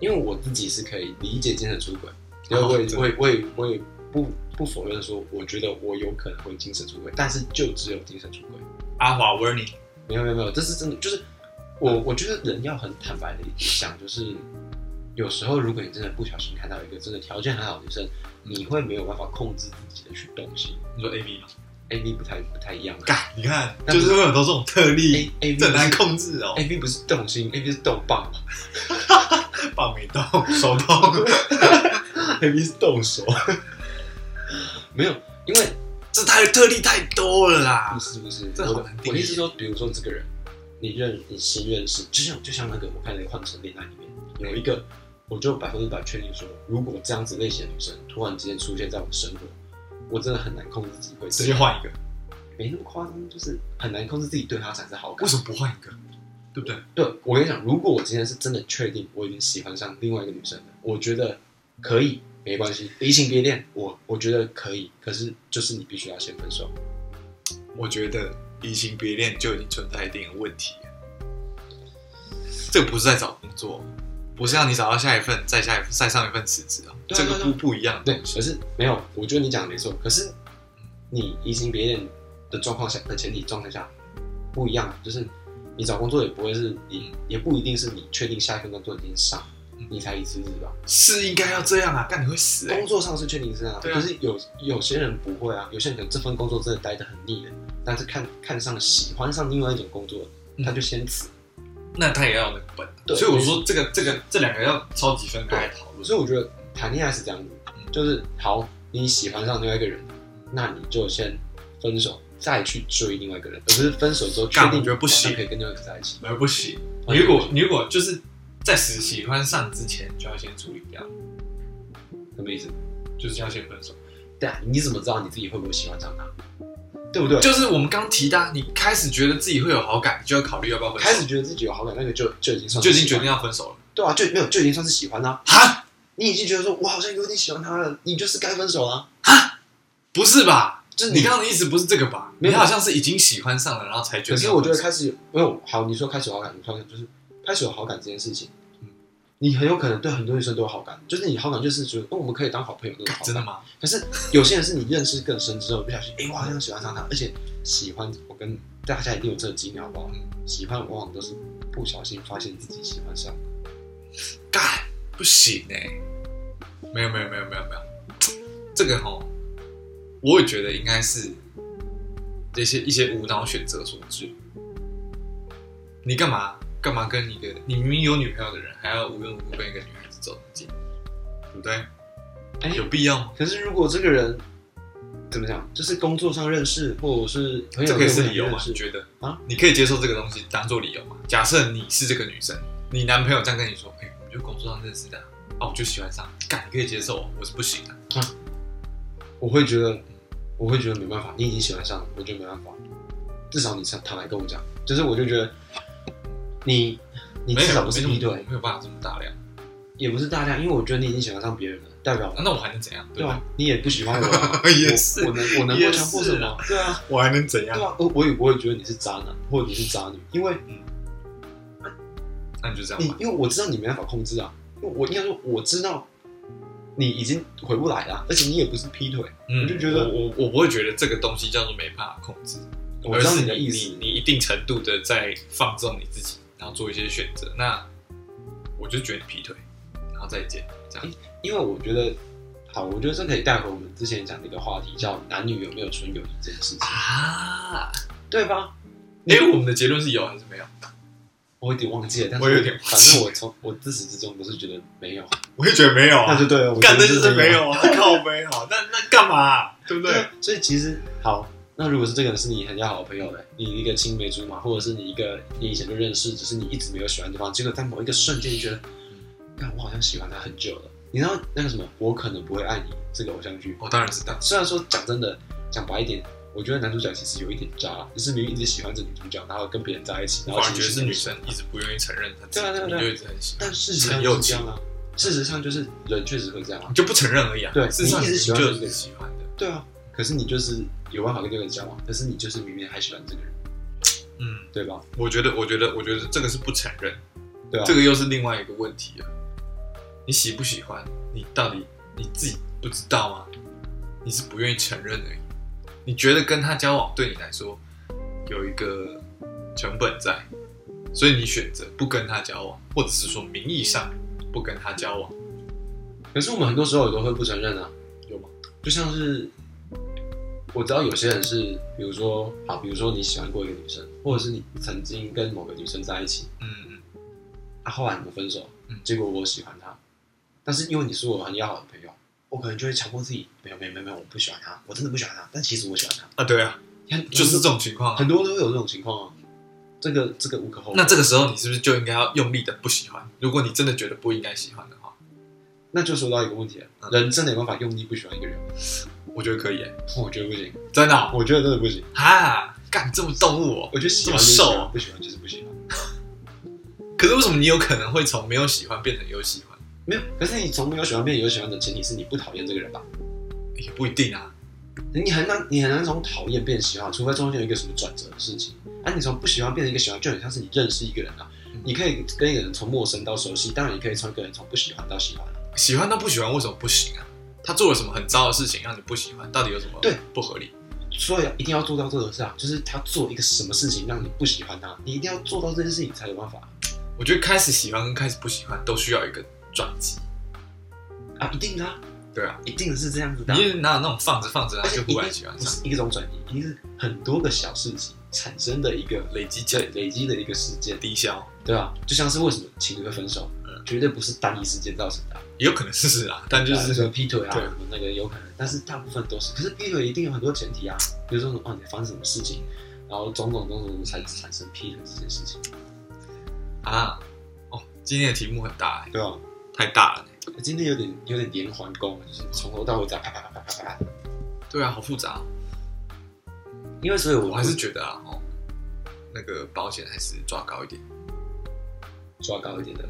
Speaker 2: 因为我自己是可以理解精神出轨，因
Speaker 1: 哦
Speaker 2: 为
Speaker 1: 真的
Speaker 2: 我也我也我也我也不不否认说，我觉得我有可能会精神出轨，但是就只有精神出轨，
Speaker 1: 阿华 warning，
Speaker 2: 没有没有没有，这是真的，就是我我觉得人要很坦白的想，就是有时候如果你真的不小心看到一个真的条件很好的女生，你会没有办法控制自己的去动心
Speaker 1: 你说 A B 吗？
Speaker 2: ，A V 不太不太一样啊，
Speaker 1: 干，你看，
Speaker 2: 但
Speaker 1: 就是哎会有很多这种特
Speaker 2: A
Speaker 1: 例，
Speaker 2: A V
Speaker 1: 这很难
Speaker 2: 控
Speaker 1: 控制哦。
Speaker 2: ，A V 不是动心，A V 是动棒
Speaker 1: 棒没动， 手动，
Speaker 2: ，A V 是 动手，没有，因为
Speaker 1: 这太特例太多了啦
Speaker 2: 不。是不是，
Speaker 1: 这
Speaker 2: 我
Speaker 1: 好
Speaker 2: 的
Speaker 1: 难定义
Speaker 2: 我的意思是说，比如说这个人，你认你新认识，就像就像那个我看那个《换乘恋爱》里面有一个，我就百分之百确定说，如果这样子类型的女生突然之间出现在我的生活，我真的很难控制自己会
Speaker 1: 直接换一个，
Speaker 2: 没那么夸张，就是很难控制自己对她产生好感
Speaker 1: 为。什么不换一个？对不对？
Speaker 2: 对我跟你讲，如果我今天是真的确定我已经喜欢上另外一个女生了，我觉得可以，没关系，移情别恋，我我觉得可以，可是就是你必须要先分手。
Speaker 1: 我觉得移情别恋就已经存在一定的问题了。这个不是在找工作，不是让你找到下一份，再下一份，再上一份辞职啊，
Speaker 2: 对啊
Speaker 1: 这个
Speaker 2: 对啊
Speaker 1: 不不一样的
Speaker 2: 对
Speaker 1: 东，西。
Speaker 2: 可是没有，我觉得你讲的没错。可是你移情别恋的状况下的前提状态下不一样，就是你找工作也不会是你，也不一定是你确定下一份工作已经上
Speaker 1: 嗯，
Speaker 2: 你才移辞职吧。
Speaker 1: 是应该要这样啊，干你会死哎、
Speaker 2: 工作上是确定是这样啊，
Speaker 1: 对啊
Speaker 2: 可是有有些人不会啊，有些人可能这份工作真的待得很腻了，但是看看上喜欢上另外一种工作，
Speaker 1: 嗯
Speaker 2: 他就先辞。
Speaker 1: 那他也要有那个本啊、
Speaker 2: 对
Speaker 1: 所以我说这个这个这两个要超级分开来讨论。
Speaker 2: 所以我觉得谈恋爱是这样子，
Speaker 1: 嗯
Speaker 2: 就是好，你喜欢上另外一个人，那你就先分手，再去追另外一个人，而不是分手之后确
Speaker 1: 干
Speaker 2: 定
Speaker 1: 我觉得不
Speaker 2: 马上
Speaker 1: 行
Speaker 2: 可以跟另外一个在一起。哦
Speaker 1: 而不行，
Speaker 2: 啊
Speaker 1: 你如果你如果就是在喜喜欢上之前就要先处理掉，
Speaker 2: 什么意思？
Speaker 1: 就是要先分手。
Speaker 2: 对啊，你怎么知道你自己会不会喜欢上他？对不对？
Speaker 1: 就是我们刚提的啊，你开始觉得自己会有好感，你就要考虑要不要分手，
Speaker 2: 开始觉得自己有好感，那个就就已经算是
Speaker 1: 就已经
Speaker 2: 喜
Speaker 1: 决
Speaker 2: 欢
Speaker 1: 定要分手了。
Speaker 2: 对啊，就没有就已经算是喜欢啦、
Speaker 1: 哈，
Speaker 2: 你已经觉得说我好像有点喜欢他了，你就是该分手啦、
Speaker 1: 不是吧？
Speaker 2: 就是
Speaker 1: 你刚刚的意思不是这个吧？
Speaker 2: 没
Speaker 1: 你
Speaker 2: 有
Speaker 1: 好像是已经喜欢上了，然后才决
Speaker 2: 可
Speaker 1: 定
Speaker 2: 是
Speaker 1: 要
Speaker 2: 我
Speaker 1: 分手。
Speaker 2: 觉得开始有没有好，你说开始有好感，你发现就是开始有好感这件事情，
Speaker 1: 嗯
Speaker 2: 你很有可能对很多女生都有好感，就是你好感就是觉得哦，我们可以当好朋友那种好
Speaker 1: 真的
Speaker 2: 感。
Speaker 1: 吗？
Speaker 2: 可是有些人是你认识更深之后，不小心哎、我好像喜欢上他，而且喜欢我跟大家一定有这个经历好不好？嗯喜欢往往都是不小心发现自己喜欢上，
Speaker 1: 干，不行哎、没有没有没有没有没有，这个哈，我也觉得应该是这些一些无脑选择所致。你干嘛干嘛跟一个你明明有女朋友的人，还要无缘无故跟一个女孩子走得近，对不对？
Speaker 2: 哎、
Speaker 1: 有必要吗？
Speaker 2: 可是如果这个人怎么讲，就是工作上认识，或者是朋友
Speaker 1: 这可以是
Speaker 2: 圈
Speaker 1: 理由
Speaker 2: 认
Speaker 1: 吗？
Speaker 2: 识
Speaker 1: 你觉得
Speaker 2: 啊？
Speaker 1: 你可以接受这个东西当做理由吗？假设你是这个女生，你男朋友这样跟你说：“哎、我就工作上认识的啊，啊我就喜欢上你，干，你可以接受哦，我是不行的、
Speaker 2: 我会觉得，我会觉得没办法，你已经喜欢上了，我觉得没办法。至少你坦坦白跟我讲，就是我就觉得你你
Speaker 1: 没
Speaker 2: 至少
Speaker 1: 有，
Speaker 2: 不
Speaker 1: 没
Speaker 2: 是
Speaker 1: 什
Speaker 2: 一
Speaker 1: 么，我
Speaker 2: 对，
Speaker 1: 没有办法这么大量、啊
Speaker 2: 也不是大量，因为我觉得你已经喜欢上别人了，代表
Speaker 1: 啊那我还能怎样？
Speaker 2: 对
Speaker 1: 不，
Speaker 2: 吧？你也不喜欢我啊
Speaker 1: 也是
Speaker 2: 我我能我能
Speaker 1: 也
Speaker 2: 够
Speaker 1: 是
Speaker 2: 强迫什么
Speaker 1: 啊？
Speaker 2: 对啊，
Speaker 1: 我还能怎
Speaker 2: 对？啊，我我也不会觉得你是渣男或者你是渣女，因为
Speaker 1: 嗯那你就这样
Speaker 2: 你
Speaker 1: 吧。
Speaker 2: 因为我知道你没办法控制啊，因为我应该说我知道你已经回不来了，而且你也不是劈腿，
Speaker 1: 嗯
Speaker 2: 我就觉得
Speaker 1: 我我我不会觉得这个东西叫做没办法控制，
Speaker 2: 我知道
Speaker 1: 而是
Speaker 2: 的意思
Speaker 1: 你，你一定程度的在放纵你自己，然后做一些选择。那我就觉得你劈腿，然后再见，这样。
Speaker 2: 因为我觉得，好，我觉得这可以带回我们之前讲的一个话题，叫男女有没有纯友谊这件事情，
Speaker 1: 啊，
Speaker 2: 对吧？
Speaker 1: 哎、我们的结论是有还是没有？
Speaker 2: 我有点忘记了，但是
Speaker 1: 我有点忘记
Speaker 2: 反正我从我自始至终都是觉得没有，
Speaker 1: 我也觉得没有啊
Speaker 2: 那就对了，我
Speaker 1: 干
Speaker 2: 觉
Speaker 1: 的
Speaker 2: 得
Speaker 1: 就是没。有啊， 靠背好，那那干嘛、啊对不对
Speaker 2: 对？，啊所以其实好，那如果是这个人是你很要好的朋友嘞，你一个青梅竹马，或者是你一个你以前就认识，只是你一直没有喜欢对方，结果在某一个瞬间你觉得，看我好像喜欢他很久了，你知道那个什么，我可能不会爱你这个偶像剧，
Speaker 1: 我哦当然知道，
Speaker 2: 虽然说讲真的，讲白一点，我觉得男主角其实有一点渣，就是明明一直喜欢这女主角，然后跟别人在一起，然
Speaker 1: 我
Speaker 2: 后
Speaker 1: 反而
Speaker 2: 其
Speaker 1: 觉得
Speaker 2: 实
Speaker 1: 是女生，一直不愿意承认她自
Speaker 2: 对啊对
Speaker 1: 己，
Speaker 2: 啊
Speaker 1: 你
Speaker 2: 对啊
Speaker 1: 就一直很喜欢，
Speaker 2: 但事实上
Speaker 1: 很
Speaker 2: 就
Speaker 1: 幼
Speaker 2: 是
Speaker 1: 稚
Speaker 2: 这样啊。事实上就是人确实会这样啊
Speaker 1: 你，就不承认而已啊。
Speaker 2: 对
Speaker 1: 事实上
Speaker 2: 你一直喜欢
Speaker 1: 就
Speaker 2: 这个
Speaker 1: 是喜欢的，
Speaker 2: 对啊。可是你就是有办法跟这个人交往，可是你就是明明还喜欢这个人，
Speaker 1: 嗯，
Speaker 2: 对吧？
Speaker 1: 我觉得，我觉得，我觉得这个是不承认，
Speaker 2: 对啊，
Speaker 1: 这个又是另外一个问题了。啊你喜不喜欢？你到底你自己不知道吗？你是不愿意承认而已。你觉得跟他交往对你来说有一个成本在，所以你选择不跟他交往，或者是说名义上不跟他交往，
Speaker 2: 可是我们很多时候也都会不承认啊，
Speaker 1: 有吗？
Speaker 2: 就像是我知道有些人是，比如说，好，比如说你喜欢过一个女生，或者是你曾经跟某个女生在一起，
Speaker 1: 嗯嗯
Speaker 2: 啊，后来你们分手
Speaker 1: 嗯，
Speaker 2: 结果我喜欢她，但是因为你是我很要好的朋友，我可能就会强迫自己，没有没有没有没有，我不喜欢她，我真的不喜欢她，但其实我喜欢她，
Speaker 1: 啊，对啊，
Speaker 2: 你看
Speaker 1: 就是这种情况啊。
Speaker 2: 很多都会有这种情况啊，这个这个无可厚非。
Speaker 1: 那这个时候你是不是就应该要用力的不喜欢？如果你真的觉得不应该喜欢的话，
Speaker 2: 那就说到一个问题了，
Speaker 1: 嗯
Speaker 2: 人真的有办法用力不喜欢一个人吗？
Speaker 1: 我觉得可以、欸，
Speaker 2: 我觉得不行，
Speaker 1: 真的哦、
Speaker 2: 我觉得真的不行。
Speaker 1: 啊，干这么动物哦、
Speaker 2: 我觉得喜欢
Speaker 1: 这么
Speaker 2: 就是喜
Speaker 1: 瘦
Speaker 2: 欢
Speaker 1: 啊
Speaker 2: 不喜欢就是不喜欢。
Speaker 1: 可是为什么你有可能会从没有喜欢变成有喜欢？
Speaker 2: 没有，可是你从没有喜欢变有喜欢的前提是你不讨厌这个人吧？
Speaker 1: 也不一定啊。
Speaker 2: 你很难，你很难从讨厌变喜欢，除非中间有一个什么转折的事情。啊，你从不喜欢变成一个喜欢，就很像是你认识一个人啊
Speaker 1: 嗯，
Speaker 2: 你可以跟一个人从陌生到熟悉，当然你可以从一个人从不喜欢到喜欢啊。
Speaker 1: 喜欢到不喜欢，为什么不行啊？他做了什么很糟的事情让你不喜欢？到底有什么
Speaker 2: 对
Speaker 1: 不合理？
Speaker 2: 所以一定要做到这个事啊，就是他做一个什么事情让你不喜欢他，你一定要做到这件事情才有办法啊
Speaker 1: 我觉得开始喜欢跟开始不喜欢都需要一个转机。
Speaker 2: 啊，一定的、啊，
Speaker 1: 对啊，
Speaker 2: 一定是这样子的啊、
Speaker 1: 你也哪有那种放着放着然
Speaker 2: 而
Speaker 1: 后
Speaker 2: 且
Speaker 1: 就
Speaker 2: 一
Speaker 1: 忽
Speaker 2: 定
Speaker 1: 然喜欢
Speaker 2: 不
Speaker 1: 上，
Speaker 2: 是一种转移，一定是很多个小事情产生的一个
Speaker 1: 累积起来
Speaker 2: 累累积的一个事件，
Speaker 1: 低消，
Speaker 2: 对吧、就像是为什么情侣会分手，
Speaker 1: 嗯
Speaker 2: 绝对不是单一事件造成的啊、
Speaker 1: 也有可能是 啊，但就
Speaker 2: 就是
Speaker 1: 是
Speaker 2: 说劈腿啊，
Speaker 1: 对
Speaker 2: 什么那个有可能，但是大部分都是。可是劈腿一定有很多前提啊，比如说什么哦，你发生什么事情，然后种种种种才产生劈腿这件事情，
Speaker 1: 啊，哦，今天的题目很大、欸，
Speaker 2: 对吧？
Speaker 1: 太大了、欸。
Speaker 2: 哎今天有点有点连环攻，就是从头到尾在啪啪啪啪啪啪啪。
Speaker 1: 对啊，好复杂哦、
Speaker 2: 因为所以我
Speaker 1: 我还是觉得啊，哦，那个保险还是抓高一点。
Speaker 2: 抓高一点的，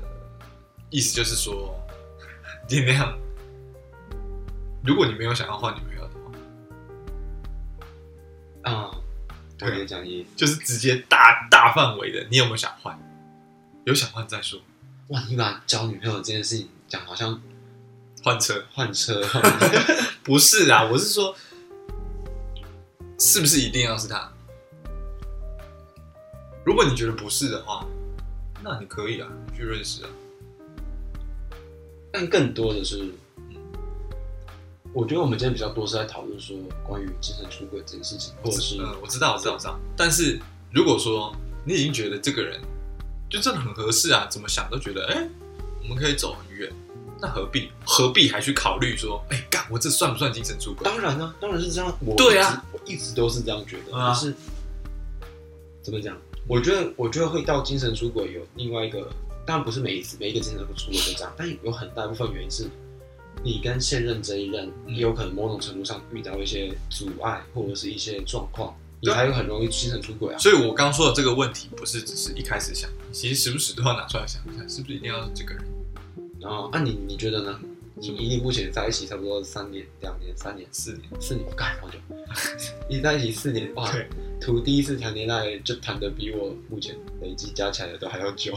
Speaker 1: 意思就是说，尽量，如果你没有想要换女朋友的话，
Speaker 2: 啊、我
Speaker 1: 对
Speaker 2: 也讲一，
Speaker 1: 就是直接大大范围的，你有没有想换？有想换再说，
Speaker 2: 哇，你把交女朋友这件事情讲好像
Speaker 1: 换车
Speaker 2: 换车，
Speaker 1: 不是啊，我是说，是不是一定要是他？如果你觉得不是的话，那你可以啊，你去认识啊。
Speaker 2: 但更多的是，嗯我觉得我们今天比较多是在讨论说关于精神出轨这件事情，或者是
Speaker 1: 嗯，我知道，我知道，我知道。但是如果说你已经觉得这个人就真的很合适啊，怎么想都觉得，哎、我们可以走很远，那何必何必还去考虑说，哎、干我这算不算精神出轨？
Speaker 2: 当然啊，当然是这样。我
Speaker 1: 对啊
Speaker 2: 一直，我一直都是这样觉得。
Speaker 1: 啊
Speaker 2: 就是怎么讲？我觉得，我觉得会到精神出轨有另外一个，当然不是每一次每一个精神出轨都这样，但有很大一部分原因是，你跟现任这一任
Speaker 1: 嗯
Speaker 2: 也有可能某种程度上遇到一些阻碍或者是一些状况，你
Speaker 1: 对啊
Speaker 2: 还有很容易精神出轨啊。
Speaker 1: 所以我刚说的这个问题，不是只是一开始想，其实时不时都要拿出来想一下，是不是一定要是这个人？
Speaker 2: 然后，那、啊你你觉得呢？你
Speaker 1: 什么
Speaker 2: 以你目前在一起差不多三年、两年、三年、
Speaker 1: 四年，啊
Speaker 2: 四年，我干好久， 你在一起四年，哇，
Speaker 1: 对，
Speaker 2: 图第一次谈恋爱就谈的比我目前累积加起来的都还要久。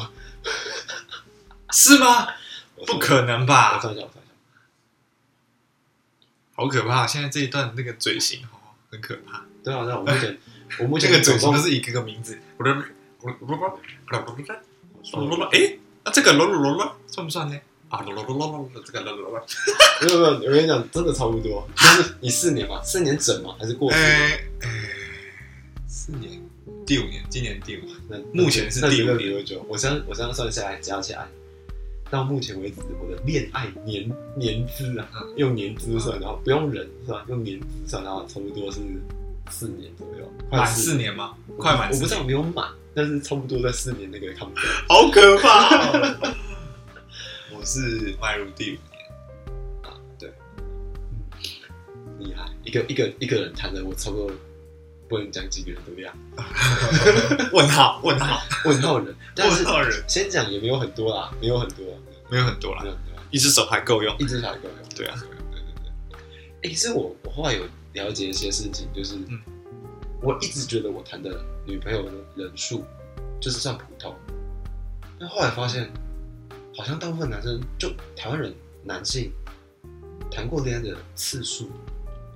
Speaker 1: 是吗？不可能
Speaker 2: 我
Speaker 1: 吧，
Speaker 2: 算一下，我算一下，
Speaker 1: 好可怕！现在这一段那个嘴型哦，很可怕，
Speaker 2: 对啊，对啊，我目 前我目
Speaker 1: 这
Speaker 2: 前
Speaker 1: 个嘴
Speaker 2: 总
Speaker 1: 型
Speaker 2: 共
Speaker 1: 都是一个个名字，我的我的我的我的。罗罗罗，哎，那这个罗罗罗罗算不算呢？啊，罗罗罗罗罗，这个罗罗罗，
Speaker 2: 没有没有，我跟你讲，真的差不多，就是你四年嘛，四年整嘛，还是过四年？
Speaker 1: 哎哎，四年，第五年，今年第五，
Speaker 2: 那
Speaker 1: 目前是
Speaker 2: 那
Speaker 1: 第五
Speaker 2: 那
Speaker 1: 年
Speaker 2: 比我久。我这样我这样算下来加起来，到目前为止我的恋爱年年资啊，
Speaker 1: 嗯
Speaker 2: 用年资算，然后不用人算，用年资算，然后差不多是四年左右，快
Speaker 1: 满四年吗？快满
Speaker 2: 我不
Speaker 1: 四
Speaker 2: 知道有
Speaker 1: 年，
Speaker 2: 没有满，但是差不多在四年那个抗争。
Speaker 1: 好可怕哦！ 我是迈入第五年，
Speaker 2: 厉害，一个一个一个人谈的，我差不多不能讲几个人的量，
Speaker 1: 问号问号
Speaker 2: 问号人，但
Speaker 1: 问
Speaker 2: 是
Speaker 1: 号人，
Speaker 2: 先讲也没有很多啦，没有很多，
Speaker 1: 没有很多
Speaker 2: 没
Speaker 1: 啦，
Speaker 2: 有很多，
Speaker 1: 一只手还够用。
Speaker 2: 啊一只小狗。
Speaker 1: 对啊，
Speaker 2: 哎，是我我后来有了解一些事情，就是、
Speaker 1: 嗯
Speaker 2: 我一直觉得我谈的女朋友的人数就是算普通，但后来发现，好像大部分男生就台湾人男性谈过恋爱的次数，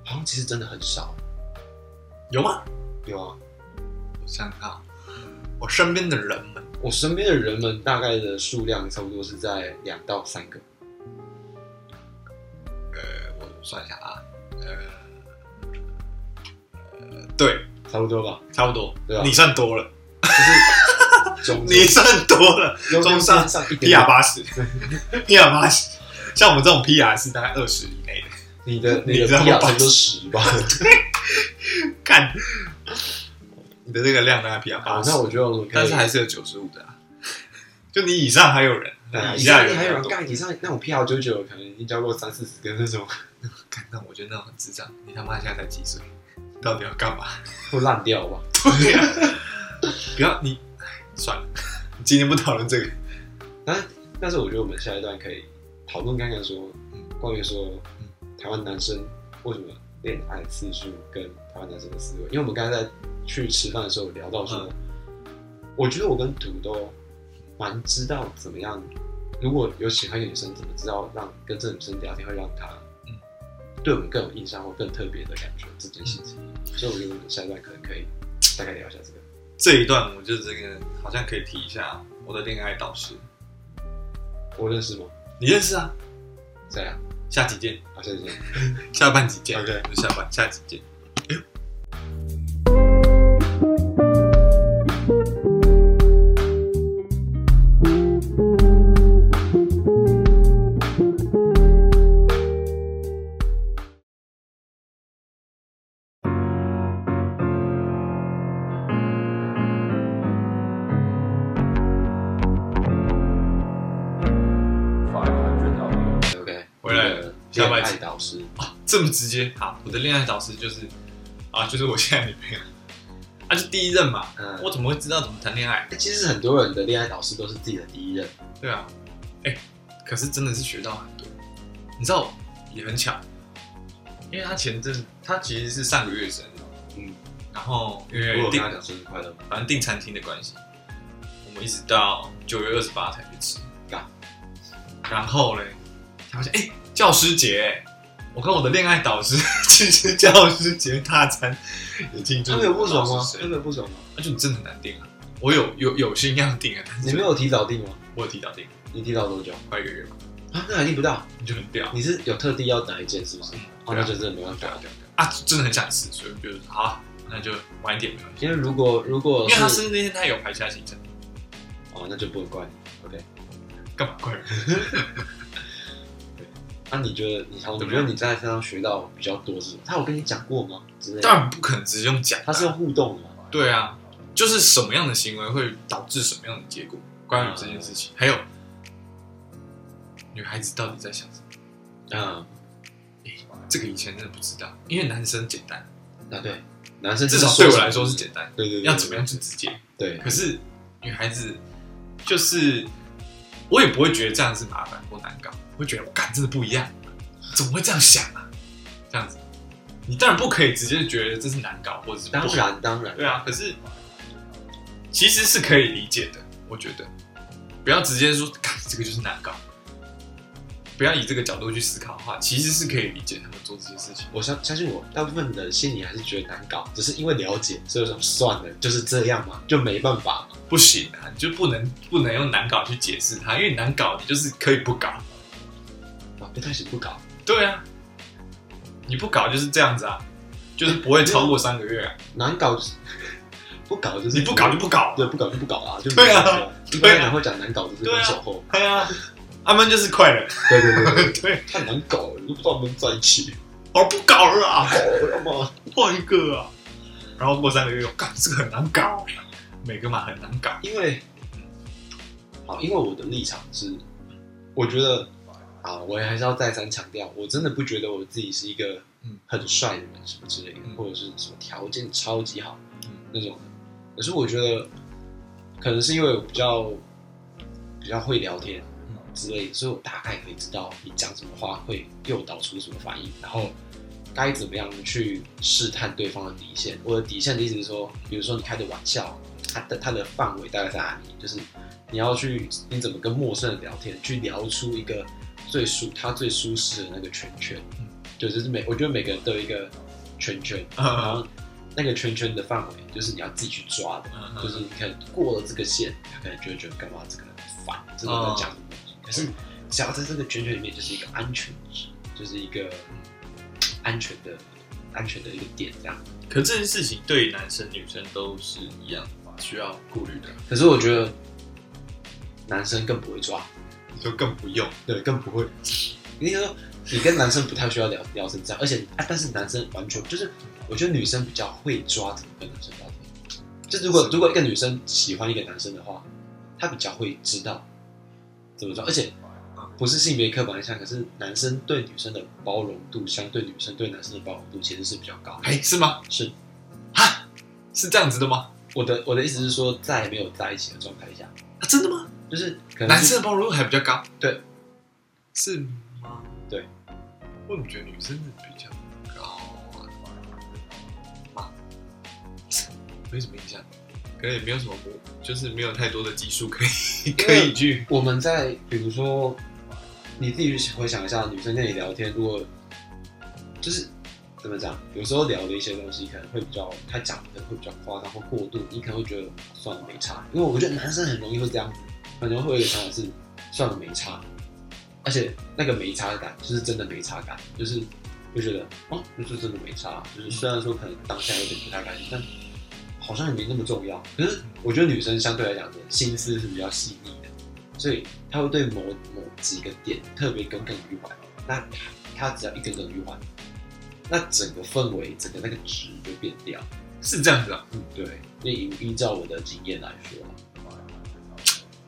Speaker 2: 好像其实真的很少。
Speaker 1: 有吗？
Speaker 2: 有啊，
Speaker 1: 我想想看啊，我身边的人们，
Speaker 2: 我身边的人们大概的数量差不多是在两到三个，
Speaker 1: 呃，我算一下啊，呃，呃，对，
Speaker 2: 差不多 吧，
Speaker 1: 差不多，
Speaker 2: 对啊嗯
Speaker 1: 你算多了，
Speaker 2: 就是中
Speaker 1: 你算多了，
Speaker 2: 中
Speaker 1: 中
Speaker 2: 上
Speaker 1: 上
Speaker 2: 上一点
Speaker 1: P
Speaker 2: 点
Speaker 1: R 八十，P R 八十，像我们这种 P R 是大概二十以内的，
Speaker 2: 你的
Speaker 1: 你
Speaker 2: 你的
Speaker 1: 知道
Speaker 2: P R
Speaker 1: 吧
Speaker 2: 差不多十 吧。
Speaker 1: 看你的这个量大概 P R
Speaker 2: 好
Speaker 1: 八，十
Speaker 2: 那，我觉得我们可以
Speaker 1: 但是还是有九十五的、啊，就你以上还有人，
Speaker 2: 对啊，
Speaker 1: 你
Speaker 2: 以
Speaker 1: 以下
Speaker 2: 上
Speaker 1: 人
Speaker 2: 还有
Speaker 1: 比较
Speaker 2: 人
Speaker 1: 多，
Speaker 2: 干，以上那种 P R 九九可能已经交过三四十个那种，
Speaker 1: 看，那我觉得那种很智障，你他妈现在才几 岁，到底要干嘛？
Speaker 2: 会烂掉吧？
Speaker 1: 对呀、不要你，唉算了，今天不讨论这个。
Speaker 2: 但但是我觉得我们下一段可以讨论看看说
Speaker 1: 嗯，
Speaker 2: 关于说台湾男生为什么恋爱次数跟台湾男生的思维，因为我们刚才在去吃饭的时候有聊到
Speaker 1: 嗯
Speaker 2: 说，我觉得我跟土都蛮知道怎么样，如果有喜欢一个女生，怎么知道让跟这个女生聊天会让她
Speaker 1: 嗯
Speaker 2: 对我们更有印象或更特别的感觉这件事情，
Speaker 1: 嗯
Speaker 2: 所以我觉得我们下一段可能可以大概聊一下这个。
Speaker 1: 这一段我就这个好像可以提一下我的恋爱导师，
Speaker 2: 我认识吗？
Speaker 1: 你认识啊？
Speaker 2: 谁啊？
Speaker 1: 下集见，
Speaker 2: 啊，谢 谢。
Speaker 1: 下半集见
Speaker 2: OK
Speaker 1: 下半下集见。
Speaker 2: OK，
Speaker 1: 回来了下半集
Speaker 2: 爱导师。
Speaker 1: 啊这么直接，好，我的恋爱导师就是啊，就是我现在女朋友，啊，就第一任嘛，
Speaker 2: 嗯
Speaker 1: 我怎么会知道怎么谈恋爱？
Speaker 2: 其实很多人的恋爱导师都是自己的第一任，
Speaker 1: 对啊，哎、可是真的是学到很多，你知道也很巧，因为他前阵他其实是上个月生日，
Speaker 2: 嗯，
Speaker 1: 然后因
Speaker 2: 我有
Speaker 1: 为
Speaker 2: 跟
Speaker 1: 订
Speaker 2: 他讲生日快乐吗？
Speaker 1: 反正订餐厅的关系，我们一直到九月二十八才去吃
Speaker 2: 干。
Speaker 1: 然后嘞，才发现哎、诶教师节，欸我跟我的恋爱导师 去吃教师节大餐，也庆祝。
Speaker 2: 他没有不爽
Speaker 1: 老
Speaker 2: 吗
Speaker 1: 师？
Speaker 2: 他
Speaker 1: 生日
Speaker 2: 没有不爽吗？
Speaker 1: 那就你真的很难订啊！我有有有心要订啊，但
Speaker 2: 你没
Speaker 1: 是
Speaker 2: 有提早订吗？
Speaker 1: 我有提早订，
Speaker 2: 你提早多久？
Speaker 1: 快一个月吧，
Speaker 2: 啊，那还订不到。
Speaker 1: 你就很屌。
Speaker 2: 你是有特地要哪一件是不是？
Speaker 1: 对
Speaker 2: 哦，那
Speaker 1: 啊
Speaker 2: 就真的没办
Speaker 1: 对
Speaker 2: 法
Speaker 1: 啊。对啊对啊，啊真的很想吃，所以我觉得好啊，那就晚一点没关系。
Speaker 2: 因为如果如
Speaker 1: 因
Speaker 2: 果
Speaker 1: 为他
Speaker 2: 是
Speaker 1: 生日那天他有排其他行程，
Speaker 2: 哦，那就不能怪你。OK，
Speaker 1: 干嘛怪人？
Speaker 2: 那你觉得你从
Speaker 1: 怎么
Speaker 2: 你觉
Speaker 1: 样
Speaker 2: 得你在身上学到比较多是什么？他有跟你讲过吗？之类的
Speaker 1: 当然不可能直接用讲的啊，
Speaker 2: 他是用互动的吗？
Speaker 1: 对啊，就是什么样的行为会导致什么样的结果，关于这件事情，还有女孩子到底在想什么，
Speaker 2: 嗯，
Speaker 1: 这个以前真的不知道，因为男生简单，
Speaker 2: 啊对，男生
Speaker 1: 至少对我来说是简单，
Speaker 2: 对对对，
Speaker 1: 要怎么样去直接，
Speaker 2: 对
Speaker 1: 可是女孩子就是我也不会觉得这样是麻烦或难搞，我会觉得我感真的不一样，怎么会这样想啊？这样子，你当然不可以直接觉得这是难搞或者是不好
Speaker 2: 当然当然
Speaker 1: 对啊，可是其实是可以理解的，我觉得不要直接说，干这个就是难搞，不要以这个角度去思考的话，其实是可以理解他们做这些事情。
Speaker 2: 我相相信我，大部分人心里还是觉得难搞，只是因为了解，所以我想算了，就是这样嘛，就没办法嘛。
Speaker 1: 不行啊，你就不能不能用难搞去解释它，因为难搞你就是可以不搞。
Speaker 2: 啊，不太行，不搞。
Speaker 1: 对啊，你不搞就是这样子啊，就是不会超过三个月啊，
Speaker 2: 难搞 就是，不搞就是
Speaker 1: 你不啊搞就不搞。
Speaker 2: 对，不搞就不搞啊，就
Speaker 1: 对啊
Speaker 2: 没办法一般人会讲难搞就是分手后，
Speaker 1: 对啊，阿闷就是快了，
Speaker 2: 对对对 对，
Speaker 1: 对，
Speaker 2: 太难搞了，都不知道能不能在一起，
Speaker 1: 我不搞了啊。
Speaker 2: 要么
Speaker 1: 换一个啊。然后过三个月又，干这个很难搞，每个嘛很难搞。
Speaker 2: 因为，好，因为我的立场是，我觉得啊，我也还是要再三强调，我真的不觉得我自己是一个
Speaker 1: 嗯
Speaker 2: 很帅的人什么之类的，
Speaker 1: 嗯
Speaker 2: 或者是什么条件超级好、
Speaker 1: 嗯
Speaker 2: 那种的。可是我觉得，可能是因为我比较比较会聊天
Speaker 1: 嗯
Speaker 2: 之类的，所以我大概可以知道你讲什么话会诱导出什么反应，然后该怎么样去试探对方的底线。我的底线的意思是说，比如说你开的玩笑，它的它的范围大概在哪里？就是你要去你怎么跟陌生人聊天，去聊出一个最舒他最舒适的那个圈圈。
Speaker 1: 嗯
Speaker 2: 对，就是每我觉得每个人都有一个圈圈，然
Speaker 1: 嗯
Speaker 2: 后那个圈圈的范围就是你要自己去抓的。
Speaker 1: 嗯
Speaker 2: 就是你看过了这个线，他可能就会觉得干嘛这个人很烦，这个人在讲什么东西。可是只要在这个圈圈里面，就是一个安全值，就是一个嗯安全的、安全的一个点这样。
Speaker 1: 可这件事情对男生女生都是一样吧，需要顾虑的，
Speaker 2: 可是我觉得男生更不会抓，
Speaker 1: 就更不用。
Speaker 2: 对，更不会。你说你跟男生不太需要聊聊成这样，而且啊，但是男生完全就是，我觉得女生比较会抓怎么跟男生聊天。就如果
Speaker 1: 是
Speaker 2: 如果一个女生喜欢一个男生的话，她比较会知道怎么抓，而且不是性别刻板印象，可是男生对女生的包容度相对女生对男生的包容度其实是比较高的。
Speaker 1: 哎、是吗？
Speaker 2: 是
Speaker 1: 哈，是这样子的吗？
Speaker 2: 我的我的意思是说，在没有在一起的状态下，
Speaker 1: 啊，真的吗？
Speaker 2: 就是可能
Speaker 1: 男
Speaker 2: 是
Speaker 1: 生的包容度还比较高。
Speaker 2: 对，
Speaker 1: 是吗？
Speaker 2: 对。
Speaker 1: 我怎么觉得女生是比较高啊？没什么印象，可能也没有什么模，就是没有太多的基数可以可以去。
Speaker 2: 我们在比如说，你自己去回想一下，女生跟你聊天，如果就是怎么讲，有时候聊的一些东西可能会比较，他讲的会比较夸张或过度，你可能会觉得算了没差，因为我觉得男生很容易会这样子，很容易会有一个想法是算了没差，而且那个没差感就是真的没差感，就是会觉得哦，就是真的没差，就是虽然说可能当下有点不太开心，但好像也没那么重要。可是我觉得女生相对来讲的心思是比较细腻的，所以她会对某某几个点特别耿耿于怀。那她她只要一耿耿于怀，那整个氛围、整个那个值就变掉。
Speaker 1: 是这样子啊？
Speaker 2: 嗯，对，那以依照我的经验来说，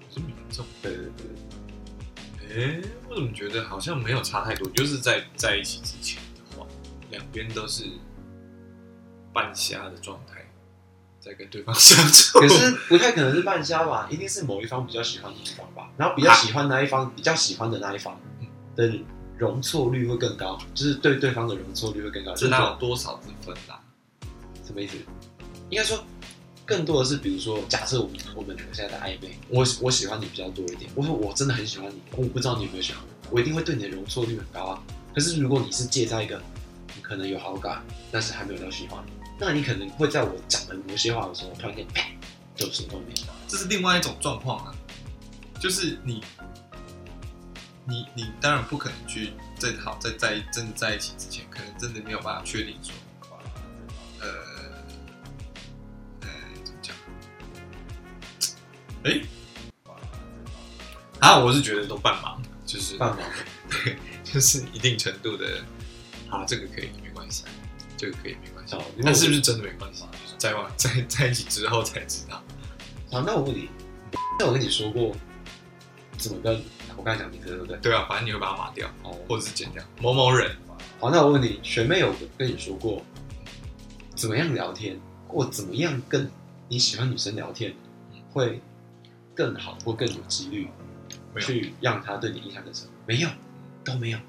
Speaker 1: 这么严重？
Speaker 2: 对对对，
Speaker 1: 哎、我怎么觉得好像没有差太多？就是在在一起之前的话，两边都是半瞎的状态，在跟对方相处。
Speaker 2: 可 是不太可能是半瞎吧，一定是某一方比较喜欢另一方吧，然后比较喜欢那一方、比较喜欢的那一方的容错率会更高，就是对对方的容错率会更高。
Speaker 1: 这
Speaker 2: 就是
Speaker 1: 哪有
Speaker 2: 说
Speaker 1: 多少之分啦、
Speaker 2: 什么意思？应该说，更多的是比如说，假设我们我们两个现在在暧昧，我我喜欢你比较多一点，我说我真的很喜欢你，我不知道你有没有喜欢我，我一定会对你的容错率很高啊。可是如果你是介在一个你可能有好感，但是还没有到喜欢，那你可能会在我讲的某些话的时候，突然间啪，就什么都没有。
Speaker 1: 这是另外一种状况啊，就是你，你你当然不可能去在好在在真的在一起之前，可能真的没有办法确定说，呃，呃，怎么讲？哎、啊，我是觉得都半忙，就是
Speaker 2: 办法
Speaker 1: 就是一定程度的，好，这个可以没关系，这个可以没关系
Speaker 2: 哦，
Speaker 1: 但是不是真的没关系？就是在往 在在一起之后才知道。
Speaker 2: 好，那我问你，那我跟你说过怎么跟我刚才讲名字对不对？
Speaker 1: 对啊，反正你会把它抹掉，
Speaker 2: 哦，
Speaker 1: 或者是剪掉。某某人，
Speaker 2: 好，那我问你，学妹有跟你说过怎么样聊天，或怎么样跟你喜欢女生聊天会更好，或更有几率
Speaker 1: 没有
Speaker 2: 去让她对你印象更深？没有，都没有。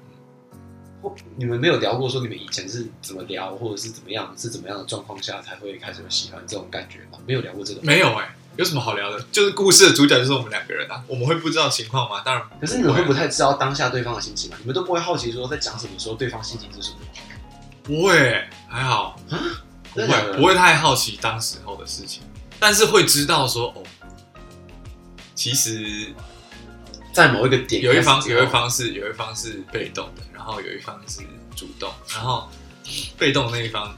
Speaker 2: 或你们没有聊过说你们以前是怎么聊，或者是怎么样，是怎么样的状况下才会开始有喜欢这种感觉吗？没有聊过这个。
Speaker 1: 没有哎、有什么好聊的？就是故事的主角就是我们两个人啊，我们会不知道情况吗？当然，
Speaker 2: 可是你们会不太知道当下对方的心情吗？你们都不会好奇说在讲什么时候对方心情是什么？
Speaker 1: 不会、欸还好，不
Speaker 2: 真的假
Speaker 1: 会
Speaker 2: 的
Speaker 1: 不会太好奇当时候的事情，但是会知道说哦，其实
Speaker 2: 在某一个点
Speaker 1: 有一
Speaker 2: 开
Speaker 1: 方
Speaker 2: 始之后
Speaker 1: 有一方是有一方是被动的，然后有一方是主动，然后被动的那一方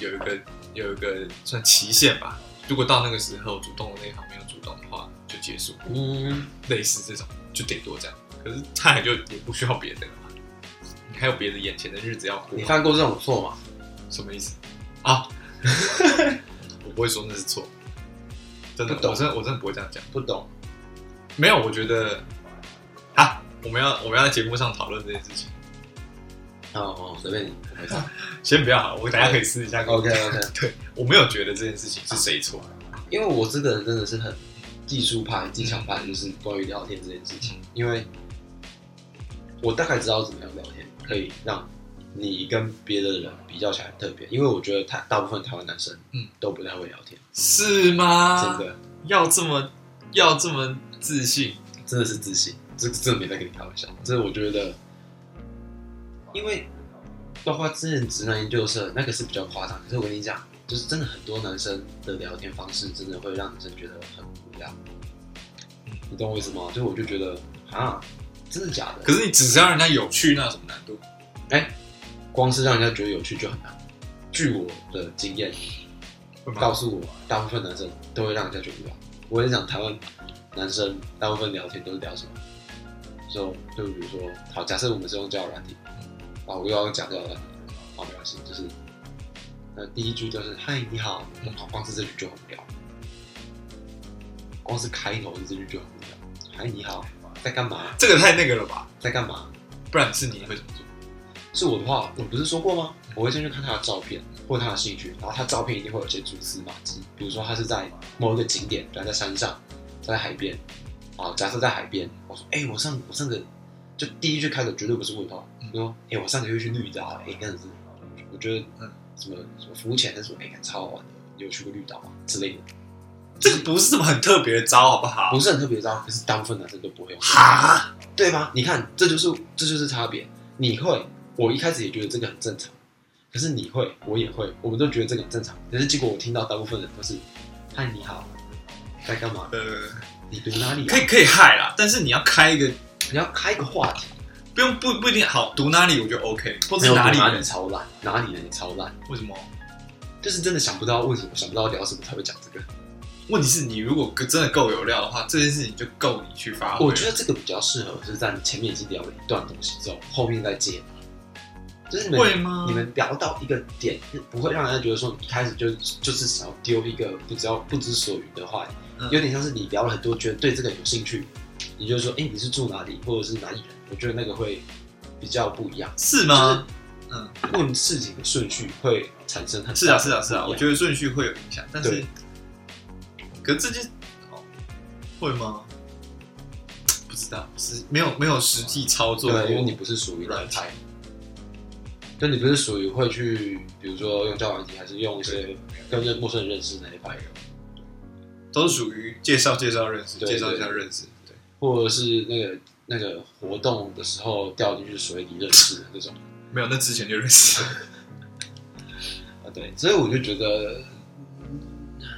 Speaker 1: 有一个有一个算期限吧。如果到那个时候，主动的那一方没有主动的话，就结束。
Speaker 2: 嗯，
Speaker 1: 类似这种，就顶多这样。可是他也就也不需要别的了嘛，你还有别的眼前的日子要过
Speaker 2: 你。犯过这种错吗？
Speaker 1: 什么意思啊？ 我不会说那是错，真的，
Speaker 2: 不懂
Speaker 1: 我真的我真的不会这样讲。
Speaker 2: 不懂。
Speaker 1: 没有，我觉得啊，我们要我们要在节目上讨论这件事情，
Speaker 2: 哦哦，随便你，我没事。
Speaker 1: 先不要好了，我等一下可以私底下跟你
Speaker 2: OK OK，
Speaker 1: 对，我没有觉得这件事情是谁错，啊
Speaker 2: 因为我这个人真的是很技术派、技巧派，就是关于聊天这件事情，因为我大概知道怎么样聊天可以让你跟别的人比较起来特别，因为我觉得台大部分台湾男生
Speaker 1: 嗯
Speaker 2: 都不太会聊天，
Speaker 1: 是吗？
Speaker 2: 真的
Speaker 1: 要这么要这么自信？
Speaker 2: 真的是自信，这这没在跟你开玩笑，这我觉得，因为包括之前直男研究社那个是比较夸张，可是我跟你讲，就是真的很多男生的聊天方式真的会让女生觉得很无聊
Speaker 1: 嗯，
Speaker 2: 你懂我意思吗？就我就觉得啊，真的假的？哎
Speaker 1: 可是你只是让人家有趣，那有什么难度？
Speaker 2: 光是让人家觉得有趣就很难。据我的经验，
Speaker 1: 会吗
Speaker 2: 告诉我，大部分男生都会让人家觉得无聊。我跟你讲，台湾男生大部分聊天都是聊什么？就就比如说，好，假设我们是用交友软体，啊，我又要讲交友软体，好，没关系，就是，那第一句就是“嗨，你好”，
Speaker 1: 嗯
Speaker 2: 好，光是这句就很无聊，光是开头的这句就很无聊。嗨，你好，在干嘛？
Speaker 1: 这个太那个了吧？
Speaker 2: 在干嘛？
Speaker 1: 不然是你会怎么做？
Speaker 2: 是我的话，我不是说过吗？我会先去看他的照片或他的兴趣，然后他照片一定会有一些蛛丝马迹，比如说他是在某一个景点，比如在山上，在海边。好，假设在海边，我说，哎、我上我上个就第一句开头绝对不是问号，
Speaker 1: 嗯
Speaker 2: 我说，哎、我上个月去绿岛，哎、那真的是，我觉得
Speaker 1: 嗯
Speaker 2: 什么什么浮潜，但是我哎、感觉超好玩的，你有去过绿岛吗之类的，
Speaker 1: 这个不是什么很特别的招，好不好？
Speaker 2: 不是很特别的招，可是大部分男生都不会用。
Speaker 1: 啊哈，
Speaker 2: 对吧？你看，这就是这就是差别。你会，我一开始也觉得这个很正常，可是你会，我也会，我们都觉得这个很正常。可是结果我听到大部分人都是“嗨，你好，在干嘛？
Speaker 1: 呃，
Speaker 2: 你读哪里、啊
Speaker 1: 可？”以可以嗨啦，但是你要开一个，
Speaker 2: 你要开个话题，
Speaker 1: 不用不不一定好读哪里，我觉得 OK，或者
Speaker 2: 没有
Speaker 1: 是
Speaker 2: 读
Speaker 1: 哪里
Speaker 2: 哪里
Speaker 1: 人？
Speaker 2: 超烂，哪里人也超烂，
Speaker 1: 为什么？
Speaker 2: 就是真的想不到为什么想不到聊什么才会讲这个。
Speaker 1: 问题是你如果真的够有料的话，这件事情就够你去发挥。
Speaker 2: 我觉得这个比较适合是在你前面已经聊了一段东西之后，后面再接，就是你们
Speaker 1: 会吗？
Speaker 2: 你们聊到一个点，就不会让人家觉得说你一开始就就是想要丢一个不知道不知所云的话，
Speaker 1: 嗯
Speaker 2: 有点像是你聊了很多，觉得对这个有兴趣，你就说，哎、你是住哪里，或者是哪里人？我觉得那个会比较不一样，
Speaker 1: 是吗？
Speaker 2: 问事情的顺序会产生很
Speaker 1: 嗯是啊，是啊，是啊，
Speaker 2: 不一样
Speaker 1: 我觉得顺序会有影响，但是
Speaker 2: 对，
Speaker 1: 可是这件哦，会吗？不知道，是没有没有实际操作过，
Speaker 2: 对，因为你不是属于那
Speaker 1: 软体
Speaker 2: 派，就你不是属于会去，比如说用交友软体，还是用一些跟认陌生人认识那一派的，
Speaker 1: 都属于介绍介绍认识，
Speaker 2: 对
Speaker 1: 介绍
Speaker 2: 对
Speaker 1: 介绍认识，对，
Speaker 2: 或者是那个那个活动的时候掉进去水里认识的那种。
Speaker 1: 没有那之前就认识，
Speaker 2: 啊，对，所以我就觉得嗯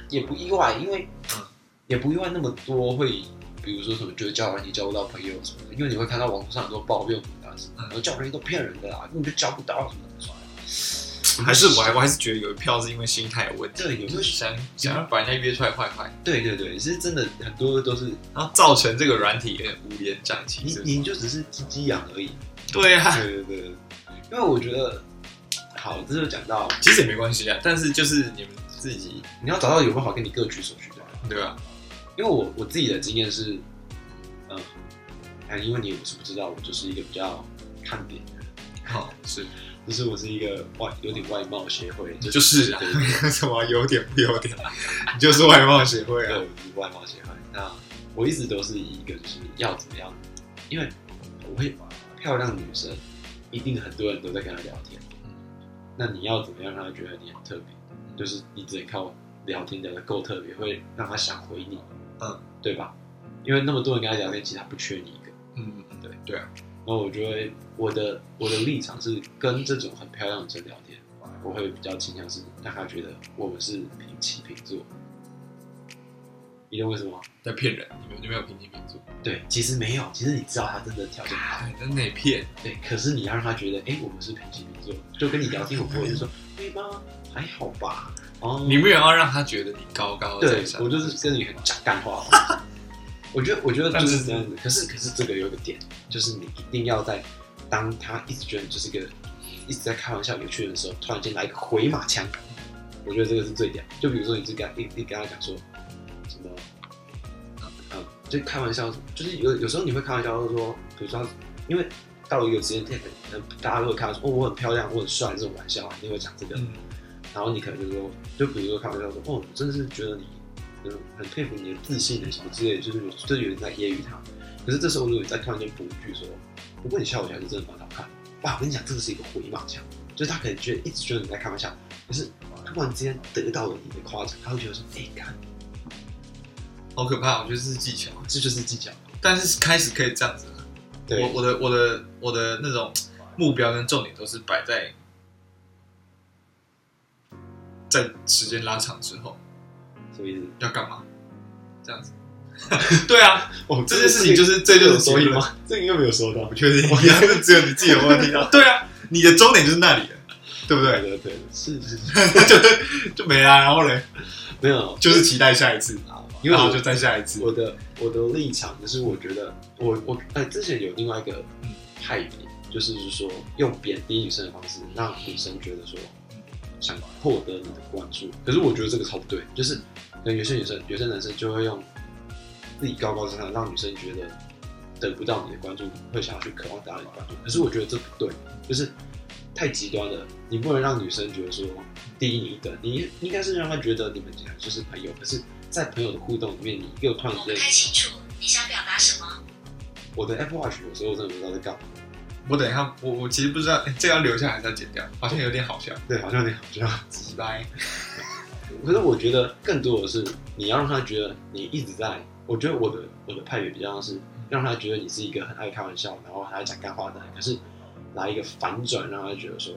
Speaker 2: 也不意外，因为
Speaker 1: 嗯
Speaker 2: 也不意外那么多会，比如说什么觉得交友软体交不到朋友什么的，因为你会看到网络上很多抱怨文啊什么
Speaker 1: 嗯
Speaker 2: 的，然后交友软体都骗人的啊，根本就交不到什么的。
Speaker 1: 还是我还我还是觉得有一票是因为心态有问题，
Speaker 2: 对，有没
Speaker 1: 就
Speaker 2: 有
Speaker 1: 是？想想要把人家约出来坏坏，
Speaker 2: 对对对，是真的，很多都是
Speaker 1: 然后造成这个软体有点乌烟瘴气，
Speaker 2: 你
Speaker 1: 是不是
Speaker 2: 你就只是鸡鸡痒而已。
Speaker 1: 对啊，
Speaker 2: 对对对，因为我觉得，好，这就讲到
Speaker 1: 其实也没关系啊，但是就是你们自己
Speaker 2: 你要找到有办法跟你各取所需的人。
Speaker 1: 对吧？
Speaker 2: 因为我我自己的经验是，嗯，哎，因为你我是不知道，我就是一个比较看点的人，
Speaker 1: 好是
Speaker 2: 就是我是一个外有点外貌协会，
Speaker 1: 你
Speaker 2: 就
Speaker 1: 就是啊
Speaker 2: 对，
Speaker 1: 什么优点不优点，你就是外貌协会
Speaker 2: 对，
Speaker 1: 啊
Speaker 2: 我。是外貌协会。那我一直都是一个就是要怎么样，因为我会漂亮的女生，一定很多人都在跟她聊天，那你要怎么样让她觉得你很特别？就是你只能靠聊天聊得够特别，会让她想回你，
Speaker 1: 嗯，
Speaker 2: 对吧？因为那么多人跟她聊天，其实她不缺你一个。
Speaker 1: 嗯，对对啊，
Speaker 2: 然后我就会我的我的立场是跟这种很漂亮的人聊天，我会比较倾向是让他觉得我们是平起平坐。你懂为什么吗？
Speaker 1: 在骗人，你们你没有平起平坐，
Speaker 2: 对，其实没有，其实你知道他真的条件好，
Speaker 1: 哎，真得骗。
Speaker 2: 对，可是你要让他觉得，哎、我们是平起平坐，就跟你聊天，我不会就说，对吗？还好吧，哦，
Speaker 1: 你没有要让他觉得你高高在
Speaker 2: 对
Speaker 1: 上，
Speaker 2: 我就是跟你很讲干 话。我觉得，我觉得就是这样子。可是，可是这个有个点，就是你一定要在当他一直觉得你就是个一直在开玩笑、有趣的时候，突然间来一个回马枪，我觉得这个是最屌。就比如说，你是跟他一你跟他讲说什么，嗯，就开玩笑，就是有有时候你会开玩笑说，比如说他，因为到了一个时间点，可能大家都会开玩笑说，哦，我很漂亮，我很帅这种玩笑啊，你会讲这个。
Speaker 1: 嗯，
Speaker 2: 然后你可能就说，就比如说开玩笑说，哦，我真的是觉得你，嗯，很佩服你的自信啊什么之类的，就是有就是有点在揶揄他。可是这时候如果你再突然间补一句说，不过你下午还是真的蛮好看的，哇，我跟你讲，这个是一个回马枪，就是他可能觉得一直觉得你在开玩笑，可是突然之间得到了你的夸奖，他会觉得说，哎、干，
Speaker 1: 好可怕，我觉得这是技巧。
Speaker 2: 这就是技巧。
Speaker 1: 但是开始可以这样子了，
Speaker 2: 对，
Speaker 1: 我我的我的我的那种目标跟重点都是摆在在时间拉长之后
Speaker 2: 什么意思？
Speaker 1: 要干嘛，这 样子。对啊，
Speaker 2: 哦，
Speaker 1: 这件事情就是这就是
Speaker 2: 所
Speaker 1: 所
Speaker 2: 以
Speaker 1: 以
Speaker 2: 吗
Speaker 1: 吗？
Speaker 2: 这个应该没有收到
Speaker 1: 我。确定，
Speaker 2: 我
Speaker 1: 你还 是只有你自己有问题啊。对啊，你的终点就是那里了，对不
Speaker 2: 对
Speaker 1: 对？
Speaker 2: 对对，是是是，
Speaker 1: 就就没啦，然后嘞，
Speaker 2: 没有，
Speaker 1: 就是期待下一次，
Speaker 2: 啊，因为
Speaker 1: 然后
Speaker 2: 我
Speaker 1: 就再下一次。
Speaker 2: 我的我的立场就是，我觉得我我呃之前有另外一个
Speaker 1: 嗯
Speaker 2: 派别，就是说用贬低女生的方式，让女生觉得说嗯想获得你的关注。可是我觉得这个超不对，就是可能有些女生、有些男生就会用自己高高在上，让女生觉得得不到你的关注，会想要去渴望得到你的关注。可是我觉得这不对，就是太极端了。你不能让女生觉得说低你一等，你你应该是让她觉得你们俩就是朋友。可是，在朋友的互动里面，你又突然
Speaker 3: 我
Speaker 2: 之
Speaker 3: 不
Speaker 2: 间
Speaker 3: 太清楚你想表达什么。
Speaker 2: 我的 Apple Watch 有时候真的不知道在干嘛。
Speaker 1: 我等一下，我我其实不知道、诶这个要留下还是要剪掉，好像有点好笑。
Speaker 2: 对，好像有点好笑。
Speaker 1: 鸡掰，
Speaker 2: 可是我觉得更多的是你要让他觉得你一直在。我觉得我的我的派别比较像是让他觉得你是一个很爱开玩笑，然后还爱讲干话的人。可是来一个反转，让他觉得说，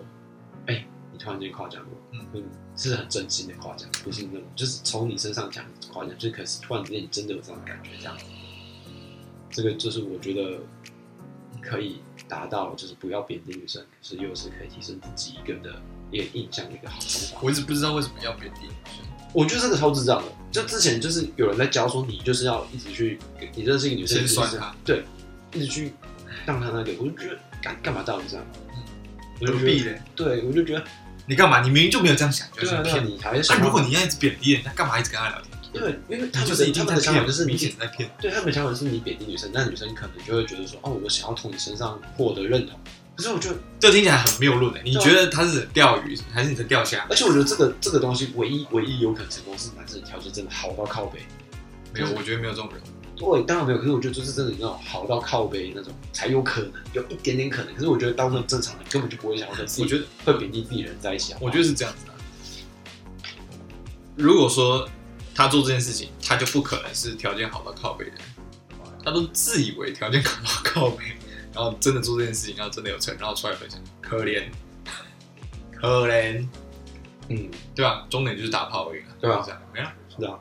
Speaker 2: 哎、你突然间夸奖我，
Speaker 1: 嗯
Speaker 2: 嗯，是很真心的夸奖，不是那种就是从你身上讲的夸奖，就是可是突然之间你真的有这样的感觉，这样。这个就是我觉得可以达到，就是不要贬低女生，可是又是可以提升自己一个的一个印象的一个好方法。
Speaker 1: 我一直不知道为什么要贬低女生。
Speaker 2: 我觉得这个超智障的。就之前就是有人在教说，你就是要一直去，你认识一个女生，
Speaker 1: 先酸
Speaker 2: 就是
Speaker 1: 她，
Speaker 2: 对，一直去让她那个，我就觉得干干嘛到底这样？
Speaker 1: 嗯
Speaker 2: 我就
Speaker 1: 何
Speaker 2: 觉
Speaker 1: 必
Speaker 2: 得，
Speaker 1: 嘞？
Speaker 2: 对我就觉得，
Speaker 1: 你干嘛？你明明就没有这样想，就
Speaker 2: 对
Speaker 1: 是
Speaker 2: 啊，对啊
Speaker 1: 骗。
Speaker 2: 你还是
Speaker 1: 那、
Speaker 2: 想要，
Speaker 1: 如果你要一直贬低人，那干嘛一直跟他聊天？
Speaker 2: 对，因为他
Speaker 1: 你
Speaker 2: 们
Speaker 1: 就是一定
Speaker 2: 的他们
Speaker 1: 在
Speaker 2: 的想法
Speaker 1: 骗，
Speaker 2: 就是你
Speaker 1: 明显在骗。
Speaker 2: 对他们的想法是你贬低女生，那女生可能就会觉得说，哦，我想要从你身上获得认同。可是我觉得，
Speaker 1: 这听起来很谬论的。欸你
Speaker 2: 对啊
Speaker 1: 觉得他是在钓鱼，还是你在钓虾？
Speaker 2: 而且我觉得这个这个东西唯一唯一有可能成功是男生的条件真的好到靠北。
Speaker 1: 没有，我觉得没有这种人。
Speaker 2: 对，当然没有，可是我觉得就是真的那种好到靠背那种才有可能，有一点点可能。可是我觉得大部分正常人根本就不会想要跟自己，
Speaker 1: 我觉得
Speaker 2: 会贬低自己人在一起好啊不好
Speaker 1: 我觉得是这样子的。啊如果说他做这件事情，他就不可能是条件好到靠背的人，他都自以为条件好到靠背， 然后真的做这件事情，然后真的有成，然后出来分享，可怜，可怜，
Speaker 2: 嗯，
Speaker 1: 对吧？终点就是打炮而已了，
Speaker 2: 对啊
Speaker 1: 这样没了，
Speaker 2: 是啊，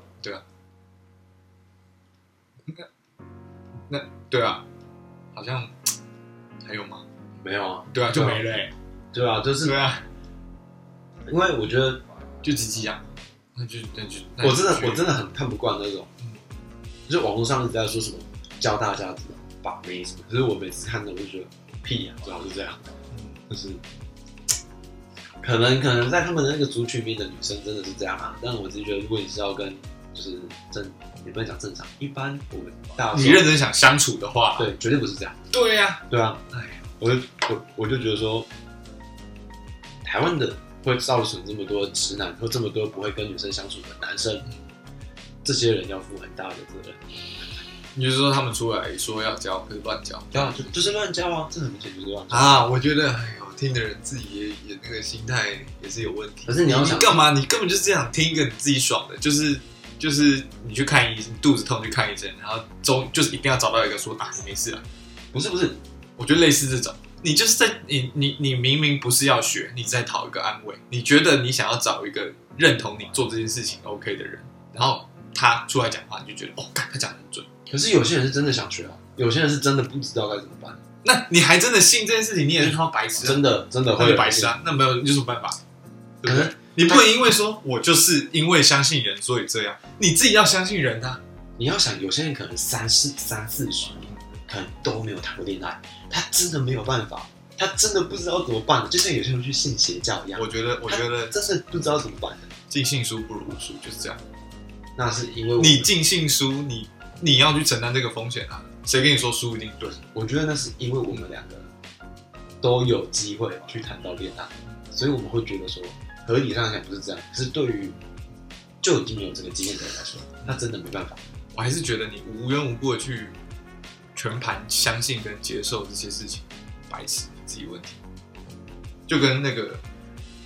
Speaker 1: 对啊，好像还有吗？
Speaker 2: 没有啊，
Speaker 1: 对啊，就没了、欸，
Speaker 2: 对啊，就是
Speaker 1: 对啊，
Speaker 2: 因为我觉得
Speaker 1: 就几几啊，那就那就那就
Speaker 2: 我真的
Speaker 1: 去
Speaker 2: 我真的很看不惯那种
Speaker 1: 嗯，
Speaker 2: 就是网络上一直在说什么教大家怎么把妹什么，可是我每次看到我就觉得屁啊呀、最好是这样，
Speaker 1: 嗯
Speaker 2: 就是。可能可能在他们的那个族群里的女生真的是这样啊，但我自己觉得，如果你是要跟就是正，也不能讲正常，一般我们大
Speaker 1: 你
Speaker 2: 众
Speaker 1: 认真想相处的话，
Speaker 2: 对，绝对不是这样。
Speaker 1: 对呀、
Speaker 2: 对啊，
Speaker 1: 哎
Speaker 2: 我就我我就觉得说，台湾的会造成这么多直男或这么多不会跟女生相处的男生，这些人要负很大的责任。
Speaker 1: 你就说他们出来说要交，可是乱交，
Speaker 2: 对啊，就就是乱交啊，这很明显就是乱交。
Speaker 1: 啊，我觉得，哎呦，听的人自己也也那个心态也是有问题。
Speaker 2: 可是你要
Speaker 1: 你
Speaker 2: 想
Speaker 1: 干嘛？你根本就是这样听一个你自己爽的，就是就是你去看医生，肚子痛去看医生，然后终就是一定要找到一个说啊你没事啊。
Speaker 2: 不是不是，
Speaker 1: 我觉得类似这种，你就是在你你你明明不是要学，你在讨一个安慰，你觉得你想要找一个认同你做这件事情 OK 的人，然后他出来讲话，你就觉得哦，干他讲的很准。
Speaker 2: 可是有些人是真的想学啊，有些人是真的不知道该怎么办，
Speaker 1: 那你还真的信这件事情，你也是他妈白痴、啊，
Speaker 2: 嗯真的真的
Speaker 1: 那
Speaker 2: 会
Speaker 1: 就白痴。啊，那没有你有什么办法？对
Speaker 2: 可
Speaker 1: 不对
Speaker 2: 能？
Speaker 1: 你不能因为说我就是因为相信人所以这样，你自己要相信人啊。
Speaker 2: 你要想，有些人可能三四三四十年，可能都没有谈过恋爱，他真的没有办法，他真的不知道怎么办的，就像有些人去信邪教一样
Speaker 1: 我。觉得，我觉得
Speaker 2: 真的不知道怎么办
Speaker 1: 尽信书不如无书，就是这样。
Speaker 2: 那是因为我
Speaker 1: 你尽信书，你你要去承担这个风险啊。谁跟你说书一定对？
Speaker 2: 我觉得那是因为我们两个都有机会去谈到恋爱，所以我们会觉得说，合理上讲不是这样。可是对于就已经有这个经验的人来说，那真的没办法。
Speaker 1: 我还是觉得你无缘无故的去全盘相信跟接受这些事情，白痴，你自己问题。就跟那个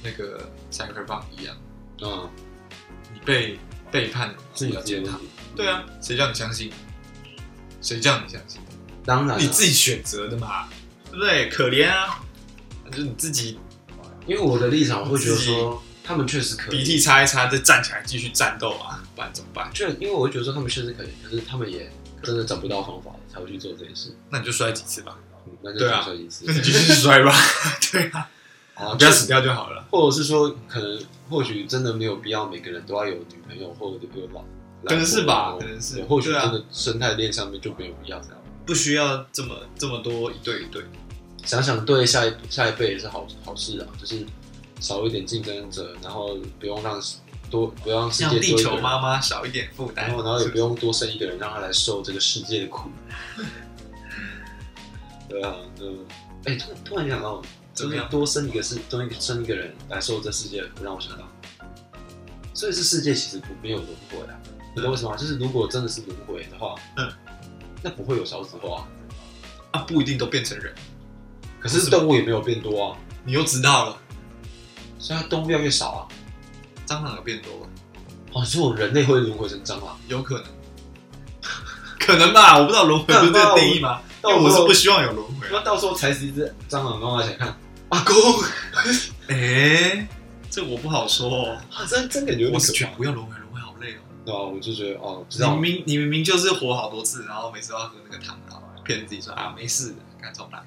Speaker 1: 那个三克棒一样，
Speaker 2: 嗯，
Speaker 1: 你被背叛了，
Speaker 2: 自己
Speaker 1: 要
Speaker 2: 接
Speaker 1: 践
Speaker 2: 他
Speaker 1: 踏。，对啊，谁叫你相信？谁叫你相信？
Speaker 2: 当然
Speaker 1: 你自
Speaker 2: 己，
Speaker 1: 己选择的嘛，对不对？可怜啊，就是你自己
Speaker 2: 因为我的立场我会觉得
Speaker 1: 自己
Speaker 2: 说，他们确实可以，
Speaker 1: 鼻涕擦一擦，再站起来继续战斗啊，不然怎么办？
Speaker 2: 就因为我会觉得说他们确实可以，可是他们也真的找不到方法才会去做这件事，
Speaker 1: 那你就摔几次 吧，
Speaker 2: 嗯那就
Speaker 1: 对啊
Speaker 2: 少说一次
Speaker 1: 那，你继续摔吧，对啊，
Speaker 2: 啊
Speaker 1: 不要死掉就好了。
Speaker 2: 或者是说，可能或许真的没有必要每个人都要有女朋友或者有老，
Speaker 1: 可能是吧
Speaker 2: 老婆
Speaker 1: 可能是
Speaker 2: 对或许
Speaker 1: 对啊
Speaker 2: 真的生态链上面就没有必要这样。
Speaker 1: 不需要这么这么多一对一对，
Speaker 2: 想想对下一下一辈也是好好事啊，就是少一点竞争者，然后不用让多不要让世界
Speaker 1: 让
Speaker 2: 多一
Speaker 1: 地
Speaker 2: 个
Speaker 1: 球
Speaker 2: 人，
Speaker 1: 妈妈少一点负担，
Speaker 2: 然后然后也
Speaker 1: 是
Speaker 2: 不用多生一个人让他来受这个世界的苦。 对啊，嗯，哎、突突然想到，
Speaker 1: 怎
Speaker 2: 就
Speaker 1: 么
Speaker 2: 是
Speaker 1: 样
Speaker 2: 多生一个是多一个生一个人来受这世界的苦，让我想到，所以这世界其实不没有轮回啊，你懂为什么吗？就是如果真的是轮回的话，
Speaker 1: 嗯，
Speaker 2: 那不会有少子化啊，
Speaker 1: 啊，不一定都变成人，
Speaker 2: 可是动物也没有变多啊，
Speaker 1: 你又知道了，
Speaker 2: 所以它动物越来越少啊。
Speaker 1: 蟑螂有变多吧？
Speaker 2: 哦，只有人类会轮回成蟑螂。
Speaker 1: 有可能， 可能吧，我不知道轮回不是这个定义吗？因为
Speaker 2: 干嘛我
Speaker 1: 我是不希望有轮回啊。
Speaker 2: 那到时候踩死一只蟑螂，然后来想看，阿公，
Speaker 1: 哎、这我不好说哦。
Speaker 2: 啊、真真感觉有
Speaker 1: 我
Speaker 2: 点
Speaker 1: 是
Speaker 2: 可
Speaker 1: 觉
Speaker 2: 怕
Speaker 1: 得。不要轮回，轮回好累哦。
Speaker 2: 对啊，我就觉得哦，知
Speaker 1: 你
Speaker 2: 道
Speaker 1: 明明你明明就是活好多次，然后每次都要喝那个汤，然后骗自己说啊没事的，看重来。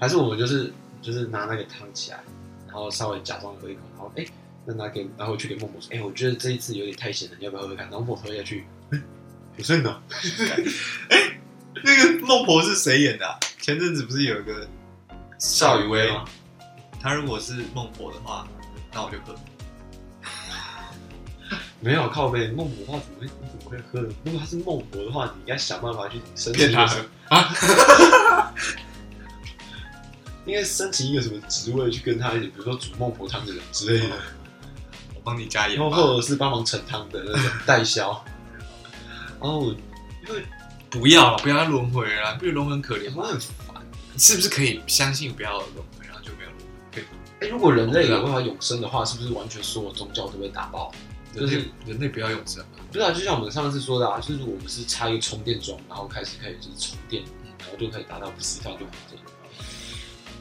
Speaker 2: 还是我们就是就是拿那个汤起来，然后稍微假装喝一口，然后哎，那拿给，然后去给默默说，哎，我觉得这一次有点太咸了，你要不要喝喝看？然后默默喝下去，哎，有剩的，
Speaker 1: 那个孟婆是谁演的啊、前阵子不是有一个邵雨薇
Speaker 2: 吗？
Speaker 1: 她如果是孟婆的话，那我就喝。
Speaker 2: 没有靠背，孟婆的话怎么会你怎么会喝呢？如果他是孟婆的话，你应该想办法去升级
Speaker 1: 骗他
Speaker 2: 一个
Speaker 1: 喝
Speaker 2: 啊，应该升级一个什么职位去跟他一起，比如说煮孟婆汤的人之类的，
Speaker 1: 我帮你加盐
Speaker 2: 然后
Speaker 1: 吧。
Speaker 2: 或者是帮忙盛汤的那种代销。 然后我因为
Speaker 1: 不要了，不要轮回了啦，不如轮回很可怜
Speaker 2: 我。们很烦，
Speaker 1: 是不是可以相信不要轮回，然后就没有轮回？
Speaker 2: 哎，如果
Speaker 1: 哦
Speaker 2: 人类
Speaker 1: 啊
Speaker 2: 有办法永生的话，是不是完全所有宗教都被打爆？就
Speaker 1: 人
Speaker 2: 是
Speaker 1: 类人类不要永生嘛。
Speaker 2: 不是啊，就像我们上次说的啊，就是我们是插一个充电桩，然后开始可以就是充电，嗯然后就可以达到不死掉就活着。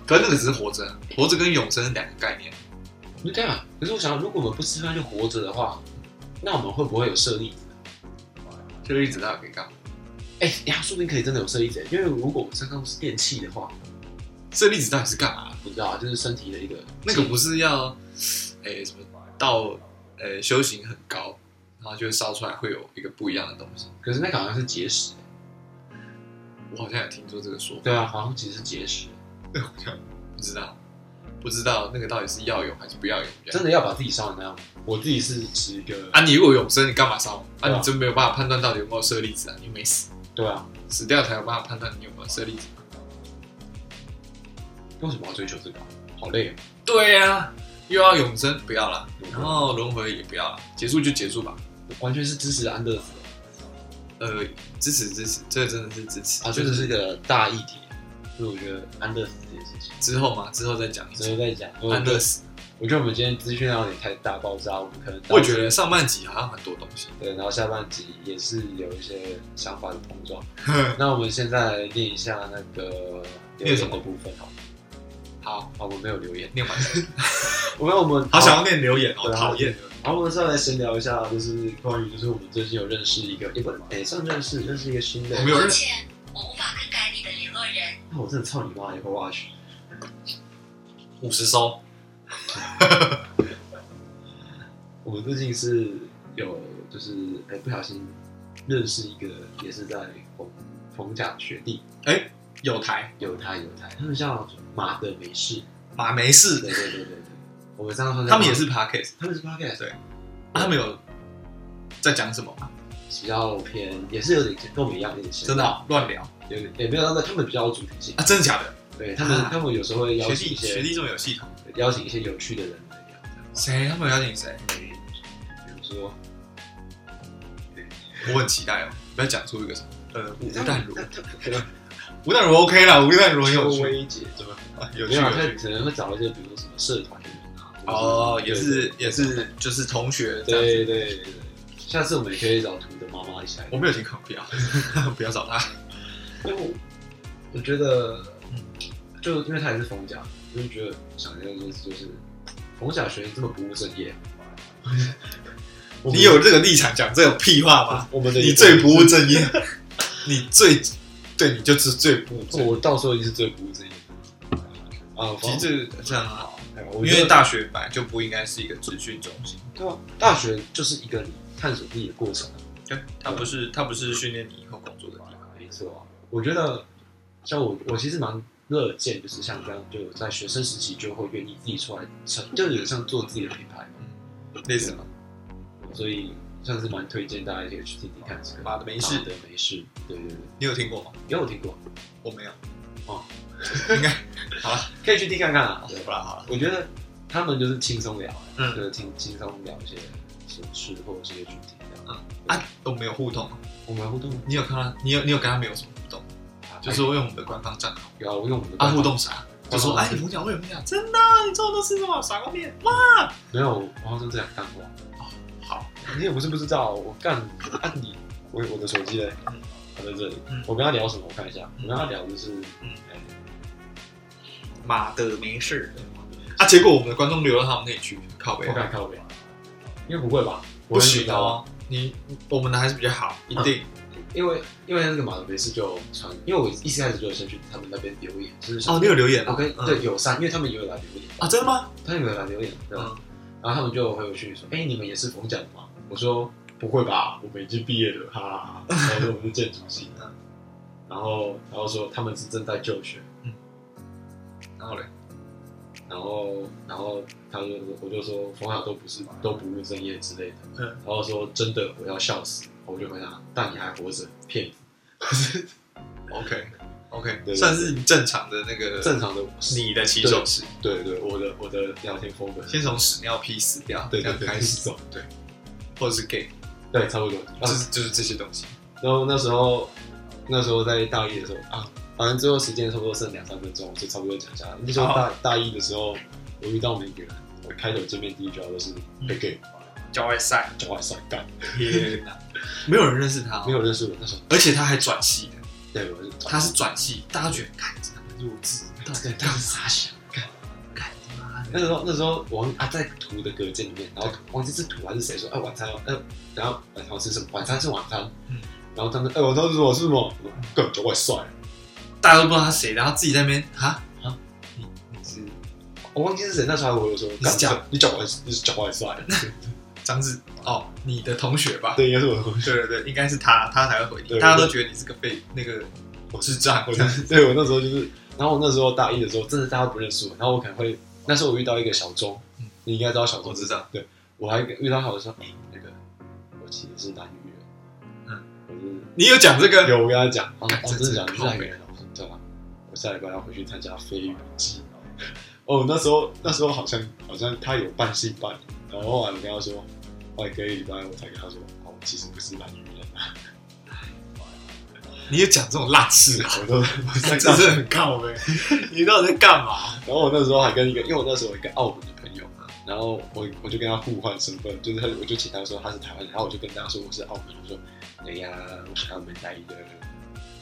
Speaker 1: 可是那个只是活着，啊活着跟永生是两个概念。
Speaker 2: 就这样。啊可是我想，如果我们不吃饭就活着的话，那我们会不会有舍利子？
Speaker 1: 就一直到底可以干嘛？
Speaker 2: 哎、呀，说不定可以真的有舍利子，因为如果我们身上是电器的话，
Speaker 1: 舍利子到底是干嘛？
Speaker 2: 不知道啊，就是身体的一个
Speaker 1: 那个不是要，诶、什么到诶、修行很高，然后就烧出来会有一个不一样的东西。
Speaker 2: 可是那个好像是结石。
Speaker 1: 我好像也听说这个说法，
Speaker 2: 对啊，好像其实是结石，
Speaker 1: 不知道不知道那个到底是要有还是不要有这样
Speaker 2: 真的要把自己烧成那样吗。我自己是持一个，
Speaker 1: 啊啊，你如果永生，你干嘛烧？
Speaker 2: 对
Speaker 1: 啊，
Speaker 2: 啊
Speaker 1: 你真没有办法判断到底有没有舍利子啊，你又没死，
Speaker 2: 对啊，
Speaker 1: 死掉才有办法判断你有没有舍利子。
Speaker 2: 为什么要追求这个啊？好累啊！
Speaker 1: 对呀、又要永生，不要了，然后轮回也不要了，结束就结束吧。
Speaker 2: 完全是支持安德斯
Speaker 1: 呃，支持支持，这个真的是支持
Speaker 2: 啊，这个是一个大议题，所以我觉得安乐死这件事情
Speaker 1: 之后嘛，之后再讲一
Speaker 2: 之
Speaker 1: 次
Speaker 2: 后再讲。
Speaker 1: 安乐，死。
Speaker 2: 我觉得我们今天资讯量有点太大爆炸，我们可能到
Speaker 1: 我觉得上半集好像很多东西，
Speaker 2: 对，然后下半集也是有一些想法的碰 撞。那我们现在来念一下那个留言的部分好了，啊
Speaker 1: 好，
Speaker 2: 好，我们没有留言，
Speaker 1: 念完，
Speaker 2: 我们我们
Speaker 1: 好想要念留言哦，
Speaker 2: 对啊
Speaker 1: 讨厌。
Speaker 2: 好，我们再来闲聊一下，就是关于就是我们最近有认识一个，也不哎算认识，认识一个新的
Speaker 1: 我，没有
Speaker 3: 抱
Speaker 1: 认
Speaker 3: 歉，我无法更改你的联络人。
Speaker 2: 那我真的操你妈，也会挖去。
Speaker 1: 五十收，
Speaker 2: 我们最近是有就是哎、不小心认识一个也是在逢逢甲学弟，
Speaker 1: 哎有台
Speaker 2: 有他有他，他们叫马的美式，
Speaker 1: 马没
Speaker 2: 对
Speaker 1: 事，
Speaker 2: 对对对对，我们上次
Speaker 1: 他们也是 podcast，
Speaker 2: 他们是 podcast，
Speaker 1: 对
Speaker 2: 啊
Speaker 1: 他们有在讲什么吗？
Speaker 2: 比较偏，也是有点跟我们一样有点像，
Speaker 1: 真的哦乱聊
Speaker 2: 有点也没有那个他们比较有主题性，
Speaker 1: 啊？真的假的？
Speaker 2: 对他们、
Speaker 1: 啊
Speaker 2: 他们有时候会邀
Speaker 1: 学
Speaker 2: 请
Speaker 1: 弟
Speaker 2: 一
Speaker 1: 学
Speaker 2: 些
Speaker 1: 弟这么有系统，
Speaker 2: 邀请一些有趣的人来聊，
Speaker 1: 谁？他们有邀请谁？
Speaker 2: 比如说
Speaker 1: 我很期待哦，不要讲出一个什么呃，吴淡如
Speaker 2: 他他他
Speaker 1: 吴淡如 OK 啦，吴淡如很有
Speaker 2: 邱
Speaker 1: 趣，
Speaker 2: 薇姐对吧？
Speaker 1: 啊有
Speaker 2: 没
Speaker 1: 趣
Speaker 2: 有啊，
Speaker 1: 有
Speaker 2: 他
Speaker 1: 趣。
Speaker 2: 可能会找一些，比如说什么社团的人啊。或者
Speaker 1: 哦，也
Speaker 2: 对
Speaker 1: 是也是，就是同学这样子。
Speaker 2: 对对对对。下次我们也可以找图的妈妈一起来
Speaker 1: 我没有听康，不要 不要找他。
Speaker 2: 因为我我觉得，就因为他也是冯甲，我就觉得想一件事，就是冯甲学生这么不务正业，我们
Speaker 1: 你有这个立场讲这种屁话吗？
Speaker 2: 啊我们的
Speaker 1: 你最不务正业， 你最对，你就是最不务正业。
Speaker 2: 我到时候一定是最不务正业的啊。
Speaker 1: 其
Speaker 2: 反正
Speaker 1: 实这这样啊，
Speaker 2: 哎我
Speaker 1: 因
Speaker 2: 觉
Speaker 1: 为
Speaker 2: 得
Speaker 1: 大学本来就不应该是一个资讯中心，
Speaker 2: 对啊大学就是一个你探索自己的过程啊，
Speaker 1: 对，它不是它不是训练你以后工作的地方。
Speaker 2: 没错。啊我觉得像我，我其实蛮乐见，就是像这样，就我在学生时期就会愿意自己出来成，就有点像做自己的品牌嘛。
Speaker 1: 嗯，类似吗？
Speaker 2: 所以算是蛮推荐大家可以去听听看这个。
Speaker 1: 妈的没事
Speaker 2: 的，没事。对对对，
Speaker 1: 你有听过吗？
Speaker 2: 有我听过，
Speaker 1: 我没有。
Speaker 2: 哦，
Speaker 1: 应该好了，
Speaker 2: 可以去听看看啊。对
Speaker 1: 好了好了。
Speaker 2: 我觉得他们就是轻松聊，
Speaker 1: 嗯
Speaker 2: 就是轻轻松聊一些琐事或者是一些主题这样。
Speaker 1: 啊，我们有互动吗？
Speaker 2: 我们互动
Speaker 1: 你有看他？你有你有跟他没有什么互动？
Speaker 2: 啊
Speaker 1: 就是我用我们的官方账号。
Speaker 2: 有啊，我用我们的
Speaker 1: 啊，
Speaker 2: 官
Speaker 1: 互
Speaker 2: 方
Speaker 1: 动啥？就说
Speaker 2: 官
Speaker 1: 哎，
Speaker 2: 方
Speaker 1: 你红奖我也红奖，真的，啊你做的都是什么傻瓜面？哇，
Speaker 2: 没有，我好像这两干过。
Speaker 1: 哦好，
Speaker 2: 你也不是不知道，我干啊你，我我的手机嘞，它在这里
Speaker 1: 嗯。
Speaker 2: 我跟他聊什么？我看一下，
Speaker 1: 嗯
Speaker 2: 我跟他聊就是，
Speaker 1: 嗯
Speaker 2: 哎
Speaker 1: 妈的，没事啊。结果我们的观众流到他们那里去，靠背啊
Speaker 2: 我看靠边，应该不啊会吧？
Speaker 1: 不行哦，你我们的还是比较好，一定
Speaker 2: 因为因为那个马德梅斯就传，因为我一开始就有先去他们那边留言，就是想
Speaker 1: 哦，你有留言啊
Speaker 2: 我跟
Speaker 1: 嗯
Speaker 2: 对友善，因为他们也有来留言，
Speaker 1: 啊，真的吗？
Speaker 2: 他们有来留言，对啊吧？
Speaker 1: 嗯，
Speaker 2: 然后他们就回我去说，哎，你们也是冯甲的吗？我说不会吧，我们已经毕业了，哈哈哈。然后说我们是建筑系
Speaker 1: 嗯，
Speaker 2: 然后然后说他们是正在就学，
Speaker 1: 嗯然后嘞，
Speaker 2: 然后然后他就我就说冯甲都不是都不务正业之类的，
Speaker 1: 嗯
Speaker 2: 然后说真的我要笑死，我就回答，但你还活着，骗子，
Speaker 1: ，OK
Speaker 2: 对
Speaker 1: OK，
Speaker 2: 对
Speaker 1: 算是正常的那个
Speaker 2: 正常的我是，
Speaker 1: 你的起手式，
Speaker 2: 对对，我的我的聊天风格
Speaker 1: 先从屎尿屁死掉，
Speaker 2: 对
Speaker 1: 这
Speaker 2: 对
Speaker 1: 样
Speaker 2: 对，
Speaker 1: 开始，
Speaker 2: 走，对
Speaker 1: 或者是 gay，
Speaker 2: 对，差不
Speaker 1: 就
Speaker 2: 多。啊，
Speaker 1: 是就是这些东西。
Speaker 2: 然后那时候那时候在大一的时候啊，反正最后时间差不多剩两三分钟，就差不多讲一下。那
Speaker 1: 哦
Speaker 2: 时候大大一的时候，我遇到每个人，我开头见面第一句话都是
Speaker 1: 嗯
Speaker 2: “给给
Speaker 1: 郊外 赛，
Speaker 2: 脚外甩干
Speaker 1: 天哪，没有人认识他”，
Speaker 2: 没
Speaker 1: 哦，
Speaker 2: 有认识我。那时候
Speaker 1: 而且他还转系的。
Speaker 2: 对我是
Speaker 1: 他是转系，大家觉得看这个很弱智，到底
Speaker 2: 对，
Speaker 1: 干
Speaker 2: 他是
Speaker 1: 嘛？
Speaker 2: 傻小。
Speaker 1: 干他妈
Speaker 2: 那
Speaker 1: 的！
Speaker 2: 时候那时候我忘啊在图的隔间里面，然后忘记是图还是谁说，哎、晚餐要，呃，然后晚餐要吃什么？晚餐吃晚餐。
Speaker 1: 嗯
Speaker 2: 然后他们，哎、晚餐吃什么？是什么？我说干脚外帅。
Speaker 1: 大家都不知道他谁，然后自己在那边哈
Speaker 2: 啊，
Speaker 1: 你你是
Speaker 2: 我忘记是谁，那时候还回我说，
Speaker 1: 你是脚
Speaker 2: 干你脚外，你是脚外帅。
Speaker 1: 张志哦，你的同学吧？
Speaker 2: 对，应该是我的 同学。
Speaker 1: 对对对，应该是他，他才会回你。
Speaker 2: 对
Speaker 1: 大家都觉得你是个废那个
Speaker 2: 我
Speaker 1: 智障，
Speaker 2: 我
Speaker 1: 这样
Speaker 2: 就是对我那时候就是，然后我那时候大一的时候，真的大家不认识我，然后我可能会那时候我遇到一个小钟
Speaker 1: 嗯，
Speaker 2: 你应该知道小钟
Speaker 1: 我
Speaker 2: 是
Speaker 1: 知
Speaker 2: 谁，
Speaker 1: 道。
Speaker 2: 我还遇到小钟说，哎、那个我其实是男女人，
Speaker 1: 嗯，
Speaker 2: 我是
Speaker 1: 你有讲这 个？
Speaker 2: 有我跟他讲，他说
Speaker 1: 干
Speaker 2: 哦，
Speaker 1: 这
Speaker 2: 真
Speaker 1: 真
Speaker 2: 的讲你是
Speaker 1: 靠
Speaker 2: 男女人，我说对啊，我下礼拜要回去参加飞鱼季，哦，那时候那时候好像好像他有半信半疑，然后后来我跟他说，后来隔一礼拜我才跟他说，哦，我其实不是男女人啊，
Speaker 1: 你有讲这种烂事啊？
Speaker 2: 我都我
Speaker 1: 这
Speaker 2: 在
Speaker 1: 真是很靠呗！你到底在干嘛？
Speaker 2: 然后我那时候还跟一个，因为我那时候有一个澳门的朋友，然后我我就跟他互换身份，就是他我就请他说他是台湾人，然后我就跟他说我是澳门，我说对呀，我是澳门来的，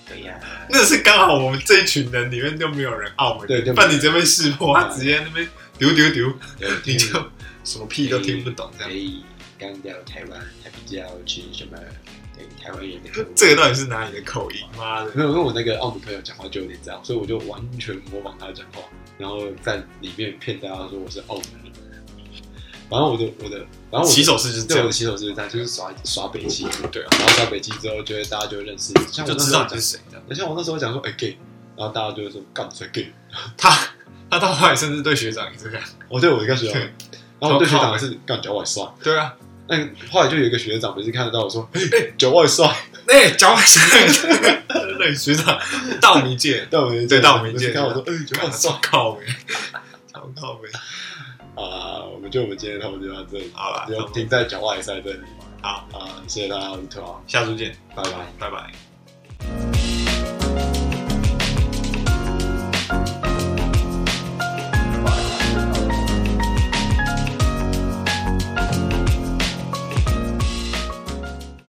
Speaker 2: 对呀，
Speaker 1: 那是刚好我们这一群人里面都没有人澳门
Speaker 2: 对
Speaker 1: 人，
Speaker 2: 就
Speaker 1: 不然你这边识破，他直接那边丢丢丢， 你就
Speaker 2: 嗯
Speaker 1: 什么屁都听不懂这
Speaker 2: 可
Speaker 1: 样。
Speaker 2: 以干掉台湾，还不知道吃什么对台湾人的口味
Speaker 1: 这个到底是哪里的口音？妈的！
Speaker 2: 没有，因为我那个澳门朋友讲话就有点这样，所以我就完全模仿他讲话，然后在里面骗大家说我是澳门人。然后我的我的，然后我的
Speaker 1: 起手式就是这
Speaker 2: 对我
Speaker 1: 样
Speaker 2: 的，洗手是这样，就是耍耍北气。
Speaker 1: 对啊，
Speaker 2: 然后到北极之后，就会大家就会认识，像我
Speaker 1: 就
Speaker 2: 那
Speaker 1: 知
Speaker 2: 时候
Speaker 1: 道你
Speaker 2: 讲
Speaker 1: 是，谁这样。
Speaker 2: 像我那时候讲说，哎、gay，然后大家就会说，干谁 gay？
Speaker 1: 他他到后来甚至对学长也这样。
Speaker 2: 哦，对，我一个学长，
Speaker 1: 对
Speaker 2: 然后我对学长是干脚外帅，
Speaker 1: 对啊，
Speaker 2: 那后来就有一个学长每次看得到我说，哎，脚外帅，
Speaker 1: 那哎脚外生，对学长道明界，
Speaker 2: 但我没见
Speaker 1: 对但我没见
Speaker 2: 每次看到我 说，哎，脚
Speaker 1: 我
Speaker 2: 外帅
Speaker 1: 操靠呗，超靠呗。
Speaker 2: 啊，我们就我们今天的讨论就到这里，
Speaker 1: 好了，
Speaker 2: 就停在脚外赛这里
Speaker 1: 好
Speaker 2: 啊，谢谢大家，我是 t
Speaker 1: 下次见，
Speaker 2: 拜拜。
Speaker 1: 拜拜。